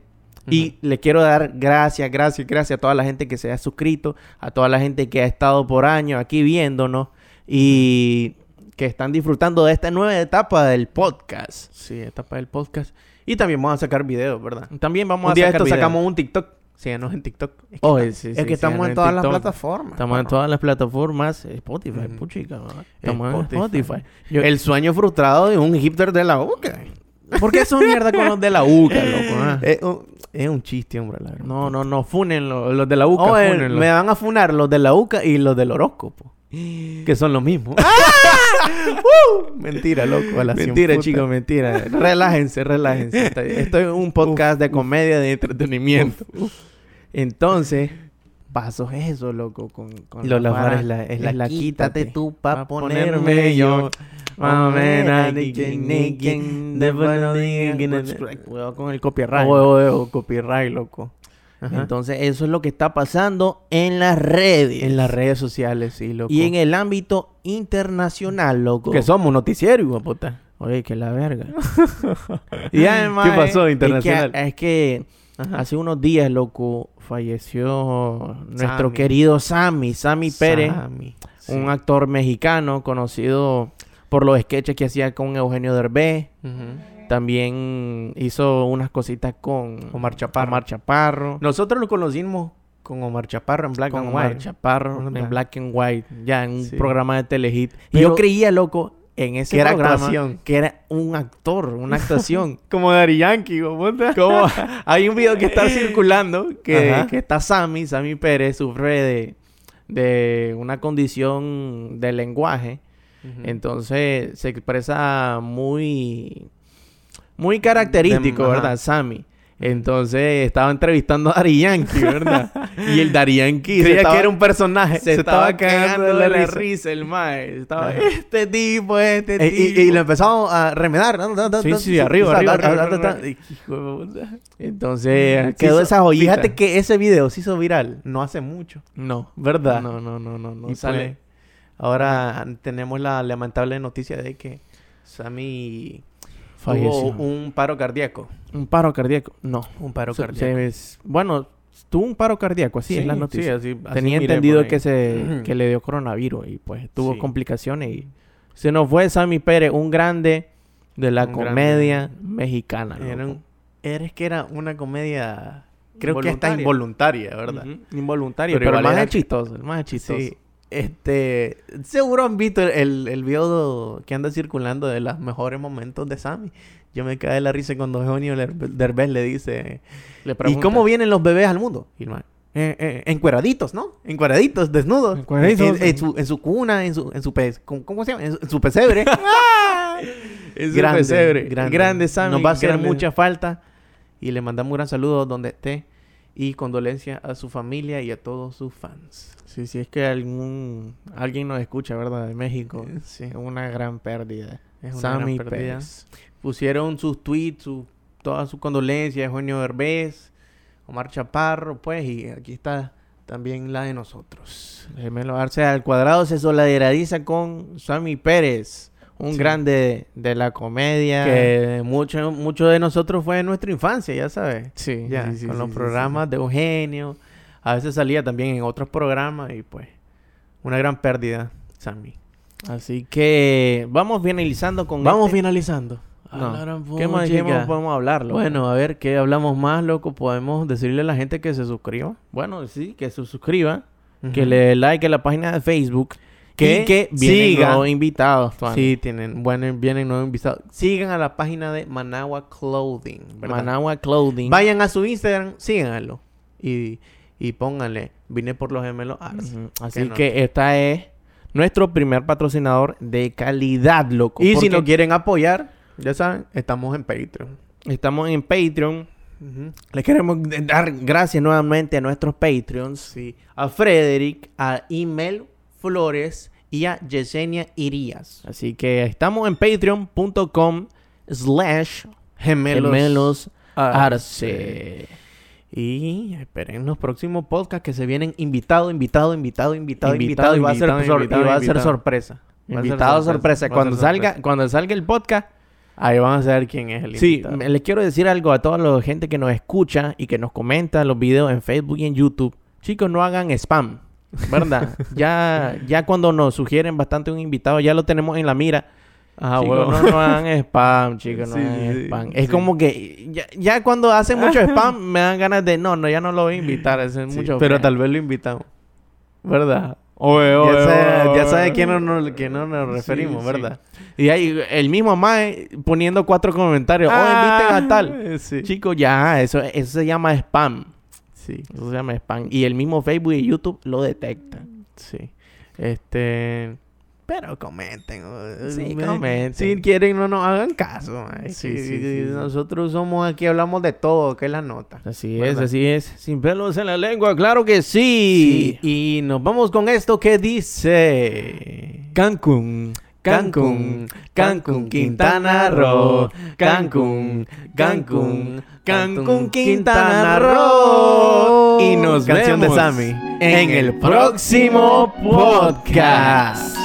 [SPEAKER 2] Y le quiero dar gracias, gracias, gracias a toda la gente que se ha suscrito, a toda la gente que ha estado por años aquí viéndonos y que están disfrutando de esta nueva etapa del podcast.
[SPEAKER 1] Sí, etapa del podcast. Y también vamos a sacar videos, ¿verdad?
[SPEAKER 2] También vamos
[SPEAKER 1] un
[SPEAKER 2] a
[SPEAKER 1] día de
[SPEAKER 2] sacar
[SPEAKER 1] esto
[SPEAKER 2] videos.
[SPEAKER 1] sacamos un TikTok. Síganos en TikTok. Es que,
[SPEAKER 2] Oh,
[SPEAKER 1] está-
[SPEAKER 2] sí,
[SPEAKER 1] es
[SPEAKER 2] sí,
[SPEAKER 1] que estamos
[SPEAKER 2] síganos
[SPEAKER 1] en
[SPEAKER 2] en
[SPEAKER 1] todas las
[SPEAKER 2] TikTok.
[SPEAKER 1] plataformas.
[SPEAKER 2] Estamos en
[SPEAKER 1] papá.
[SPEAKER 2] todas las plataformas, Spotify,
[SPEAKER 1] Ujú.
[SPEAKER 2] puchica, ¿no? estamos en
[SPEAKER 1] Spotify.
[SPEAKER 2] Spotify. Yo-
[SPEAKER 1] El sueño frustrado de un hipster de la boca.
[SPEAKER 2] ¿Por qué son mierda con los de la
[SPEAKER 1] (laughs)
[SPEAKER 2] UCA, loco? ah?
[SPEAKER 1] Es un, Eh, oh, es un chiste, hombre. La verdad.
[SPEAKER 2] No, no, no, funenlo, los de la UCA,
[SPEAKER 1] Oh, eh,
[SPEAKER 2] fúnenlos.
[SPEAKER 1] me van a funar los de la UCA y los del horóscopo. Que son los mismos. (laughs) Uh, mentira, loco. a la cien
[SPEAKER 2] ¡Ah! Mentira,
[SPEAKER 1] putas.
[SPEAKER 2] chicos, mentira. Relájense, relájense. Estoy- Esto es un podcast de comedia, de entretenimiento. Entonces, pasos eso, loco, con, con
[SPEAKER 1] Lola
[SPEAKER 2] vara.
[SPEAKER 1] Flores la- es la
[SPEAKER 2] quítate tú
[SPEAKER 1] pa'
[SPEAKER 2] pa' ponerme yo. Mamena, ni quien, ni quien, de bueno, ni quien, ni quien. Cuidado con el copyright.
[SPEAKER 1] Oh, oh, oh, copyright, loco. Ajá.
[SPEAKER 2] Entonces, eso es lo que está pasando en las redes.
[SPEAKER 1] en las redes sociales, sí, loco.
[SPEAKER 2] Y en el ámbito internacional, loco.
[SPEAKER 1] Que somos noticiero, hijo de puta.
[SPEAKER 2] Oye, que la verga. y además.
[SPEAKER 1] (laughs)
[SPEAKER 2] eh,
[SPEAKER 1] ¿Qué pasó,
[SPEAKER 2] es-
[SPEAKER 1] internacional?
[SPEAKER 2] Es que, es que hace unos días, loco, falleció nuestro
[SPEAKER 1] Sammy.
[SPEAKER 2] querido Sammy, Sammy Pérez,
[SPEAKER 1] Sammy. Sí.
[SPEAKER 2] un actor mexicano conocido por los sketches que hacía con Eugenio Derbez.
[SPEAKER 1] Ujú.
[SPEAKER 2] También hizo unas cositas con
[SPEAKER 1] Omar Chaparro.
[SPEAKER 2] Omar Chaparro.
[SPEAKER 1] Nosotros lo conocimos con Omar Chaparro en Black
[SPEAKER 2] con
[SPEAKER 1] and
[SPEAKER 2] Omar
[SPEAKER 1] White.
[SPEAKER 2] Chaparro
[SPEAKER 1] Black and
[SPEAKER 2] en
[SPEAKER 1] White.
[SPEAKER 2] Black and White, ya en un
[SPEAKER 1] Sí.
[SPEAKER 2] programa de Telehit. y
[SPEAKER 1] Pero-
[SPEAKER 2] yo creía, loco, en ese
[SPEAKER 1] Que era
[SPEAKER 2] programa
[SPEAKER 1] actuación.
[SPEAKER 2] que era un actor, una
[SPEAKER 1] (laughs)
[SPEAKER 2] actuación.
[SPEAKER 1] Como Dari Yankee, hijo de puta.
[SPEAKER 2] Como hay un video que
[SPEAKER 1] (laughs)
[SPEAKER 2] está circulando que,
[SPEAKER 1] Eh, Ajá.
[SPEAKER 2] que está Sammy, Sammy Pérez sufre de, de una condición de lenguaje.
[SPEAKER 1] Ujú.
[SPEAKER 2] Entonces se expresa muy, muy característico,
[SPEAKER 1] Dem- ajá.
[SPEAKER 2] ¿verdad? Sammy. Entonces estaba entrevistando a Dari Yankee,
[SPEAKER 1] (laughs)
[SPEAKER 2] ¿verdad? y el Dari Yankee se
[SPEAKER 1] Creía
[SPEAKER 2] estaba-
[SPEAKER 1] que era un personaje.
[SPEAKER 2] se, estaba, cagando de la risa,
[SPEAKER 1] risa.
[SPEAKER 2] el mae. Estaba,
[SPEAKER 1] Ajá.
[SPEAKER 2] este tipo, este
[SPEAKER 1] Eh,
[SPEAKER 2] tipo.
[SPEAKER 1] y, y lo empezamos a remedar. ¿no? Ta, ta,
[SPEAKER 2] Sí,
[SPEAKER 1] ta,
[SPEAKER 2] sí,
[SPEAKER 1] ta,
[SPEAKER 2] arriba,
[SPEAKER 1] ta,
[SPEAKER 2] arriba,
[SPEAKER 1] ta,
[SPEAKER 2] arriba,
[SPEAKER 1] ta, ta, ta.
[SPEAKER 2] arriba.
[SPEAKER 1] Hijo de puta.
[SPEAKER 2] Entonces
[SPEAKER 1] ah, Quedó
[SPEAKER 2] quedó
[SPEAKER 1] esa joyita. Fíjate
[SPEAKER 2] que...
[SPEAKER 1] que ese video se hizo viral no hace mucho,
[SPEAKER 2] No,
[SPEAKER 1] ¿verdad?
[SPEAKER 2] No, no, no, no, no.
[SPEAKER 1] y
[SPEAKER 2] sale.
[SPEAKER 1] sale. Ahora tenemos la lamentable noticia de que Sammy
[SPEAKER 2] Falleció.
[SPEAKER 1] tuvo un paro cardíaco.
[SPEAKER 2] Un paro cardíaco. No.
[SPEAKER 1] Un paro
[SPEAKER 2] Se-
[SPEAKER 1] cardíaco.
[SPEAKER 2] se- bueno, Tuvo un paro cardíaco, así
[SPEAKER 1] Sí,
[SPEAKER 2] es la noticia.
[SPEAKER 1] sí, así- así
[SPEAKER 2] Tenía
[SPEAKER 1] miré
[SPEAKER 2] entendido
[SPEAKER 1] por ahí.
[SPEAKER 2] que
[SPEAKER 1] (clears throat)
[SPEAKER 2] se que le dio coronavirus y pues tuvo
[SPEAKER 1] Sí.
[SPEAKER 2] complicaciones y se nos fue Sammy Pérez, un grande de la
[SPEAKER 1] Un grande.
[SPEAKER 2] comedia mexicana.
[SPEAKER 1] Era
[SPEAKER 2] loco.
[SPEAKER 1] un- Eres que era una comedia... Creo que hasta
[SPEAKER 2] Involuntaria.
[SPEAKER 1] involuntaria, ¿verdad?
[SPEAKER 2] Ujú, Involuntario,
[SPEAKER 1] Pero
[SPEAKER 2] pero, el
[SPEAKER 1] igual
[SPEAKER 2] más
[SPEAKER 1] era-
[SPEAKER 2] es chistoso, el más es chistoso.
[SPEAKER 1] Sí. Este, seguro han visto el, el, el video que anda circulando de los mejores momentos de Sammy. Yo me caí de la risa cuando Eugenio Ler- Derbez le dice,
[SPEAKER 2] Le
[SPEAKER 1] ¿y cómo vienen los bebés al mundo? Y el man, "Eh, eh, encueraditos, ¿no? Encueraditos, desnudos.
[SPEAKER 2] Encueraditos.
[SPEAKER 1] En, en su, en su cuna, en su, en su pez, ¿cómo, cómo se llama? En su, en
[SPEAKER 2] (laughs)
[SPEAKER 1] su pesebre. Ah.
[SPEAKER 2] Es
[SPEAKER 1] grande,
[SPEAKER 2] grande.
[SPEAKER 1] grande.
[SPEAKER 2] Sammy.
[SPEAKER 1] Nos va a hacer
[SPEAKER 2] grande.
[SPEAKER 1] mucha falta. Y le mandamos un gran saludo donde esté. Y condolencia a su familia y a todos sus fans.
[SPEAKER 2] Sí, sí, es que algún... alguien nos escucha, ¿verdad? De México.
[SPEAKER 1] Sí.
[SPEAKER 2] Es una gran pérdida.
[SPEAKER 1] Es una
[SPEAKER 2] Sammy
[SPEAKER 1] gran pérdida.
[SPEAKER 2] Pérez.
[SPEAKER 1] Pusieron sus tweets, su, todas sus condolencias, Eugenio Derbez, Omar Chaparro, pues, y aquí está también la de nosotros.
[SPEAKER 2] Gemelo Arce al cuadrado se solidaradiza con Sammy Pérez, un
[SPEAKER 1] Sí.
[SPEAKER 2] grande de la comedia.
[SPEAKER 1] Que mucho, mucho de nosotros fue en nuestra infancia, ya sabes.
[SPEAKER 2] Sí,
[SPEAKER 1] Ya,
[SPEAKER 2] sí, sí,
[SPEAKER 1] con
[SPEAKER 2] sí,
[SPEAKER 1] los
[SPEAKER 2] sí,
[SPEAKER 1] programas de Eugenio. A veces salía también en otros programas y pues, una gran pérdida, Sammy.
[SPEAKER 2] sí. Así que vamos finalizando con.
[SPEAKER 1] Vamos
[SPEAKER 2] este-
[SPEAKER 1] finalizando.
[SPEAKER 2] No.
[SPEAKER 1] A la gran
[SPEAKER 2] ¿Qué más, qué más
[SPEAKER 1] puchica.
[SPEAKER 2] podemos hablar? loco?
[SPEAKER 1] Bueno, a ver, ¿qué hablamos más, loco? ¿Podemos decirle a la gente que se suscriba?
[SPEAKER 2] bueno, sí, que se suscriba,
[SPEAKER 1] Ujú.
[SPEAKER 2] que le dé like a la página de Facebook.
[SPEAKER 1] Que
[SPEAKER 2] y que vienen
[SPEAKER 1] siga.
[SPEAKER 2] nuevos invitados. Tuan.
[SPEAKER 1] Sí, tienen, bueno, vienen nuevos invitados. Sigan a la página de Managua Clothing. ¿verdad?
[SPEAKER 2] Managua Clothing.
[SPEAKER 1] Vayan a su Instagram, síganlo. Y, y pónganle, vine por los gemelos Arce.
[SPEAKER 2] Ujú. Así
[SPEAKER 1] no.
[SPEAKER 2] que esta es nuestro primer patrocinador de calidad, loco.
[SPEAKER 1] Y si
[SPEAKER 2] porque
[SPEAKER 1] nos quieren apoyar, ya saben, estamos en Patreon.
[SPEAKER 2] estamos en Patreon. Les queremos dar gracias nuevamente a nuestros Patreons.
[SPEAKER 1] Sí. A Frederick, a Imel Flores y a Yesenia Irías.
[SPEAKER 2] Así que estamos en patreon.com slash
[SPEAKER 1] Gemelos,
[SPEAKER 2] gemelos
[SPEAKER 1] Arce.
[SPEAKER 2] arce.
[SPEAKER 1] Y esperen los próximos podcasts que se vienen invitado, invitado, invitado, invitado, invitado.
[SPEAKER 2] Invitado,
[SPEAKER 1] y va a ser,
[SPEAKER 2] invitado,
[SPEAKER 1] sor- y
[SPEAKER 2] invitado,
[SPEAKER 1] va a ser
[SPEAKER 2] invitado.
[SPEAKER 1] sorpresa. Va a ser
[SPEAKER 2] Invitado sorpresa.
[SPEAKER 1] va a
[SPEAKER 2] Cuando
[SPEAKER 1] ser sorpresa.
[SPEAKER 2] salga, cuando salga el podcast.
[SPEAKER 1] Ahí van a saber quién es el
[SPEAKER 2] Sí,
[SPEAKER 1] invitado.
[SPEAKER 2] me- les quiero decir algo a toda la gente que nos escucha y que nos comenta los videos en Facebook y en YouTube. Chicos, no hagan spam,
[SPEAKER 1] (laughs)
[SPEAKER 2] ¿verdad? ya, ya cuando nos sugieren bastante un invitado, ya lo tenemos en la mira.
[SPEAKER 1] Ah,
[SPEAKER 2] Chicos, (laughs)
[SPEAKER 1] huevo.
[SPEAKER 2] no, no hagan
[SPEAKER 1] (laughs)
[SPEAKER 2] spam, chicos, no
[SPEAKER 1] Sí,
[SPEAKER 2] hagan
[SPEAKER 1] sí,
[SPEAKER 2] spam.
[SPEAKER 1] sí.
[SPEAKER 2] Es como que ya, ya cuando hacen
[SPEAKER 1] (laughs)
[SPEAKER 2] mucho spam me dan ganas de, no, no, ya no lo voy a invitar, eso es
[SPEAKER 1] Sí,
[SPEAKER 2] mucho.
[SPEAKER 1] pero
[SPEAKER 2] spam".
[SPEAKER 1] tal vez lo invitamos. ¿Verdad?
[SPEAKER 2] Oye, oye,
[SPEAKER 1] Ya sabe,
[SPEAKER 2] oye,
[SPEAKER 1] ya
[SPEAKER 2] oye.
[SPEAKER 1] sabe quién no, no- quién no nos referimos,
[SPEAKER 2] sí.
[SPEAKER 1] ¿verdad?
[SPEAKER 2] Y ahí el mismo Mae poniendo cuatro comentarios,
[SPEAKER 1] Ah,
[SPEAKER 2] oh, inviten a tal.
[SPEAKER 1] eh, Sí.
[SPEAKER 2] Chicos, ya, eso, eso se llama spam.
[SPEAKER 1] Sí,
[SPEAKER 2] Eso se llama spam. Y el mismo Facebook y YouTube lo detecta.
[SPEAKER 1] sí. Este... Pero comenten. eh,
[SPEAKER 2] Sí,
[SPEAKER 1] me-
[SPEAKER 2] comenten.
[SPEAKER 1] Si quieren, no nos hagan caso. ay,
[SPEAKER 2] Sí,
[SPEAKER 1] que-
[SPEAKER 2] sí, sí, sí.
[SPEAKER 1] Nosotros somos aquí, hablamos de todo, que es la nota.
[SPEAKER 2] Así
[SPEAKER 1] ¿Verdad?
[SPEAKER 2] es, así es. Sin pelos en la lengua, claro que
[SPEAKER 1] Sí,
[SPEAKER 2] sí.
[SPEAKER 1] y nos vamos con esto que dice...
[SPEAKER 2] Cancún.
[SPEAKER 1] Cancún, Cancún, Quintana Roo, Cancún, Cancún, Cancún, Quintana Roo.
[SPEAKER 2] Y nos
[SPEAKER 1] Canción
[SPEAKER 2] vemos
[SPEAKER 1] de Sammy
[SPEAKER 2] en el próximo podcast.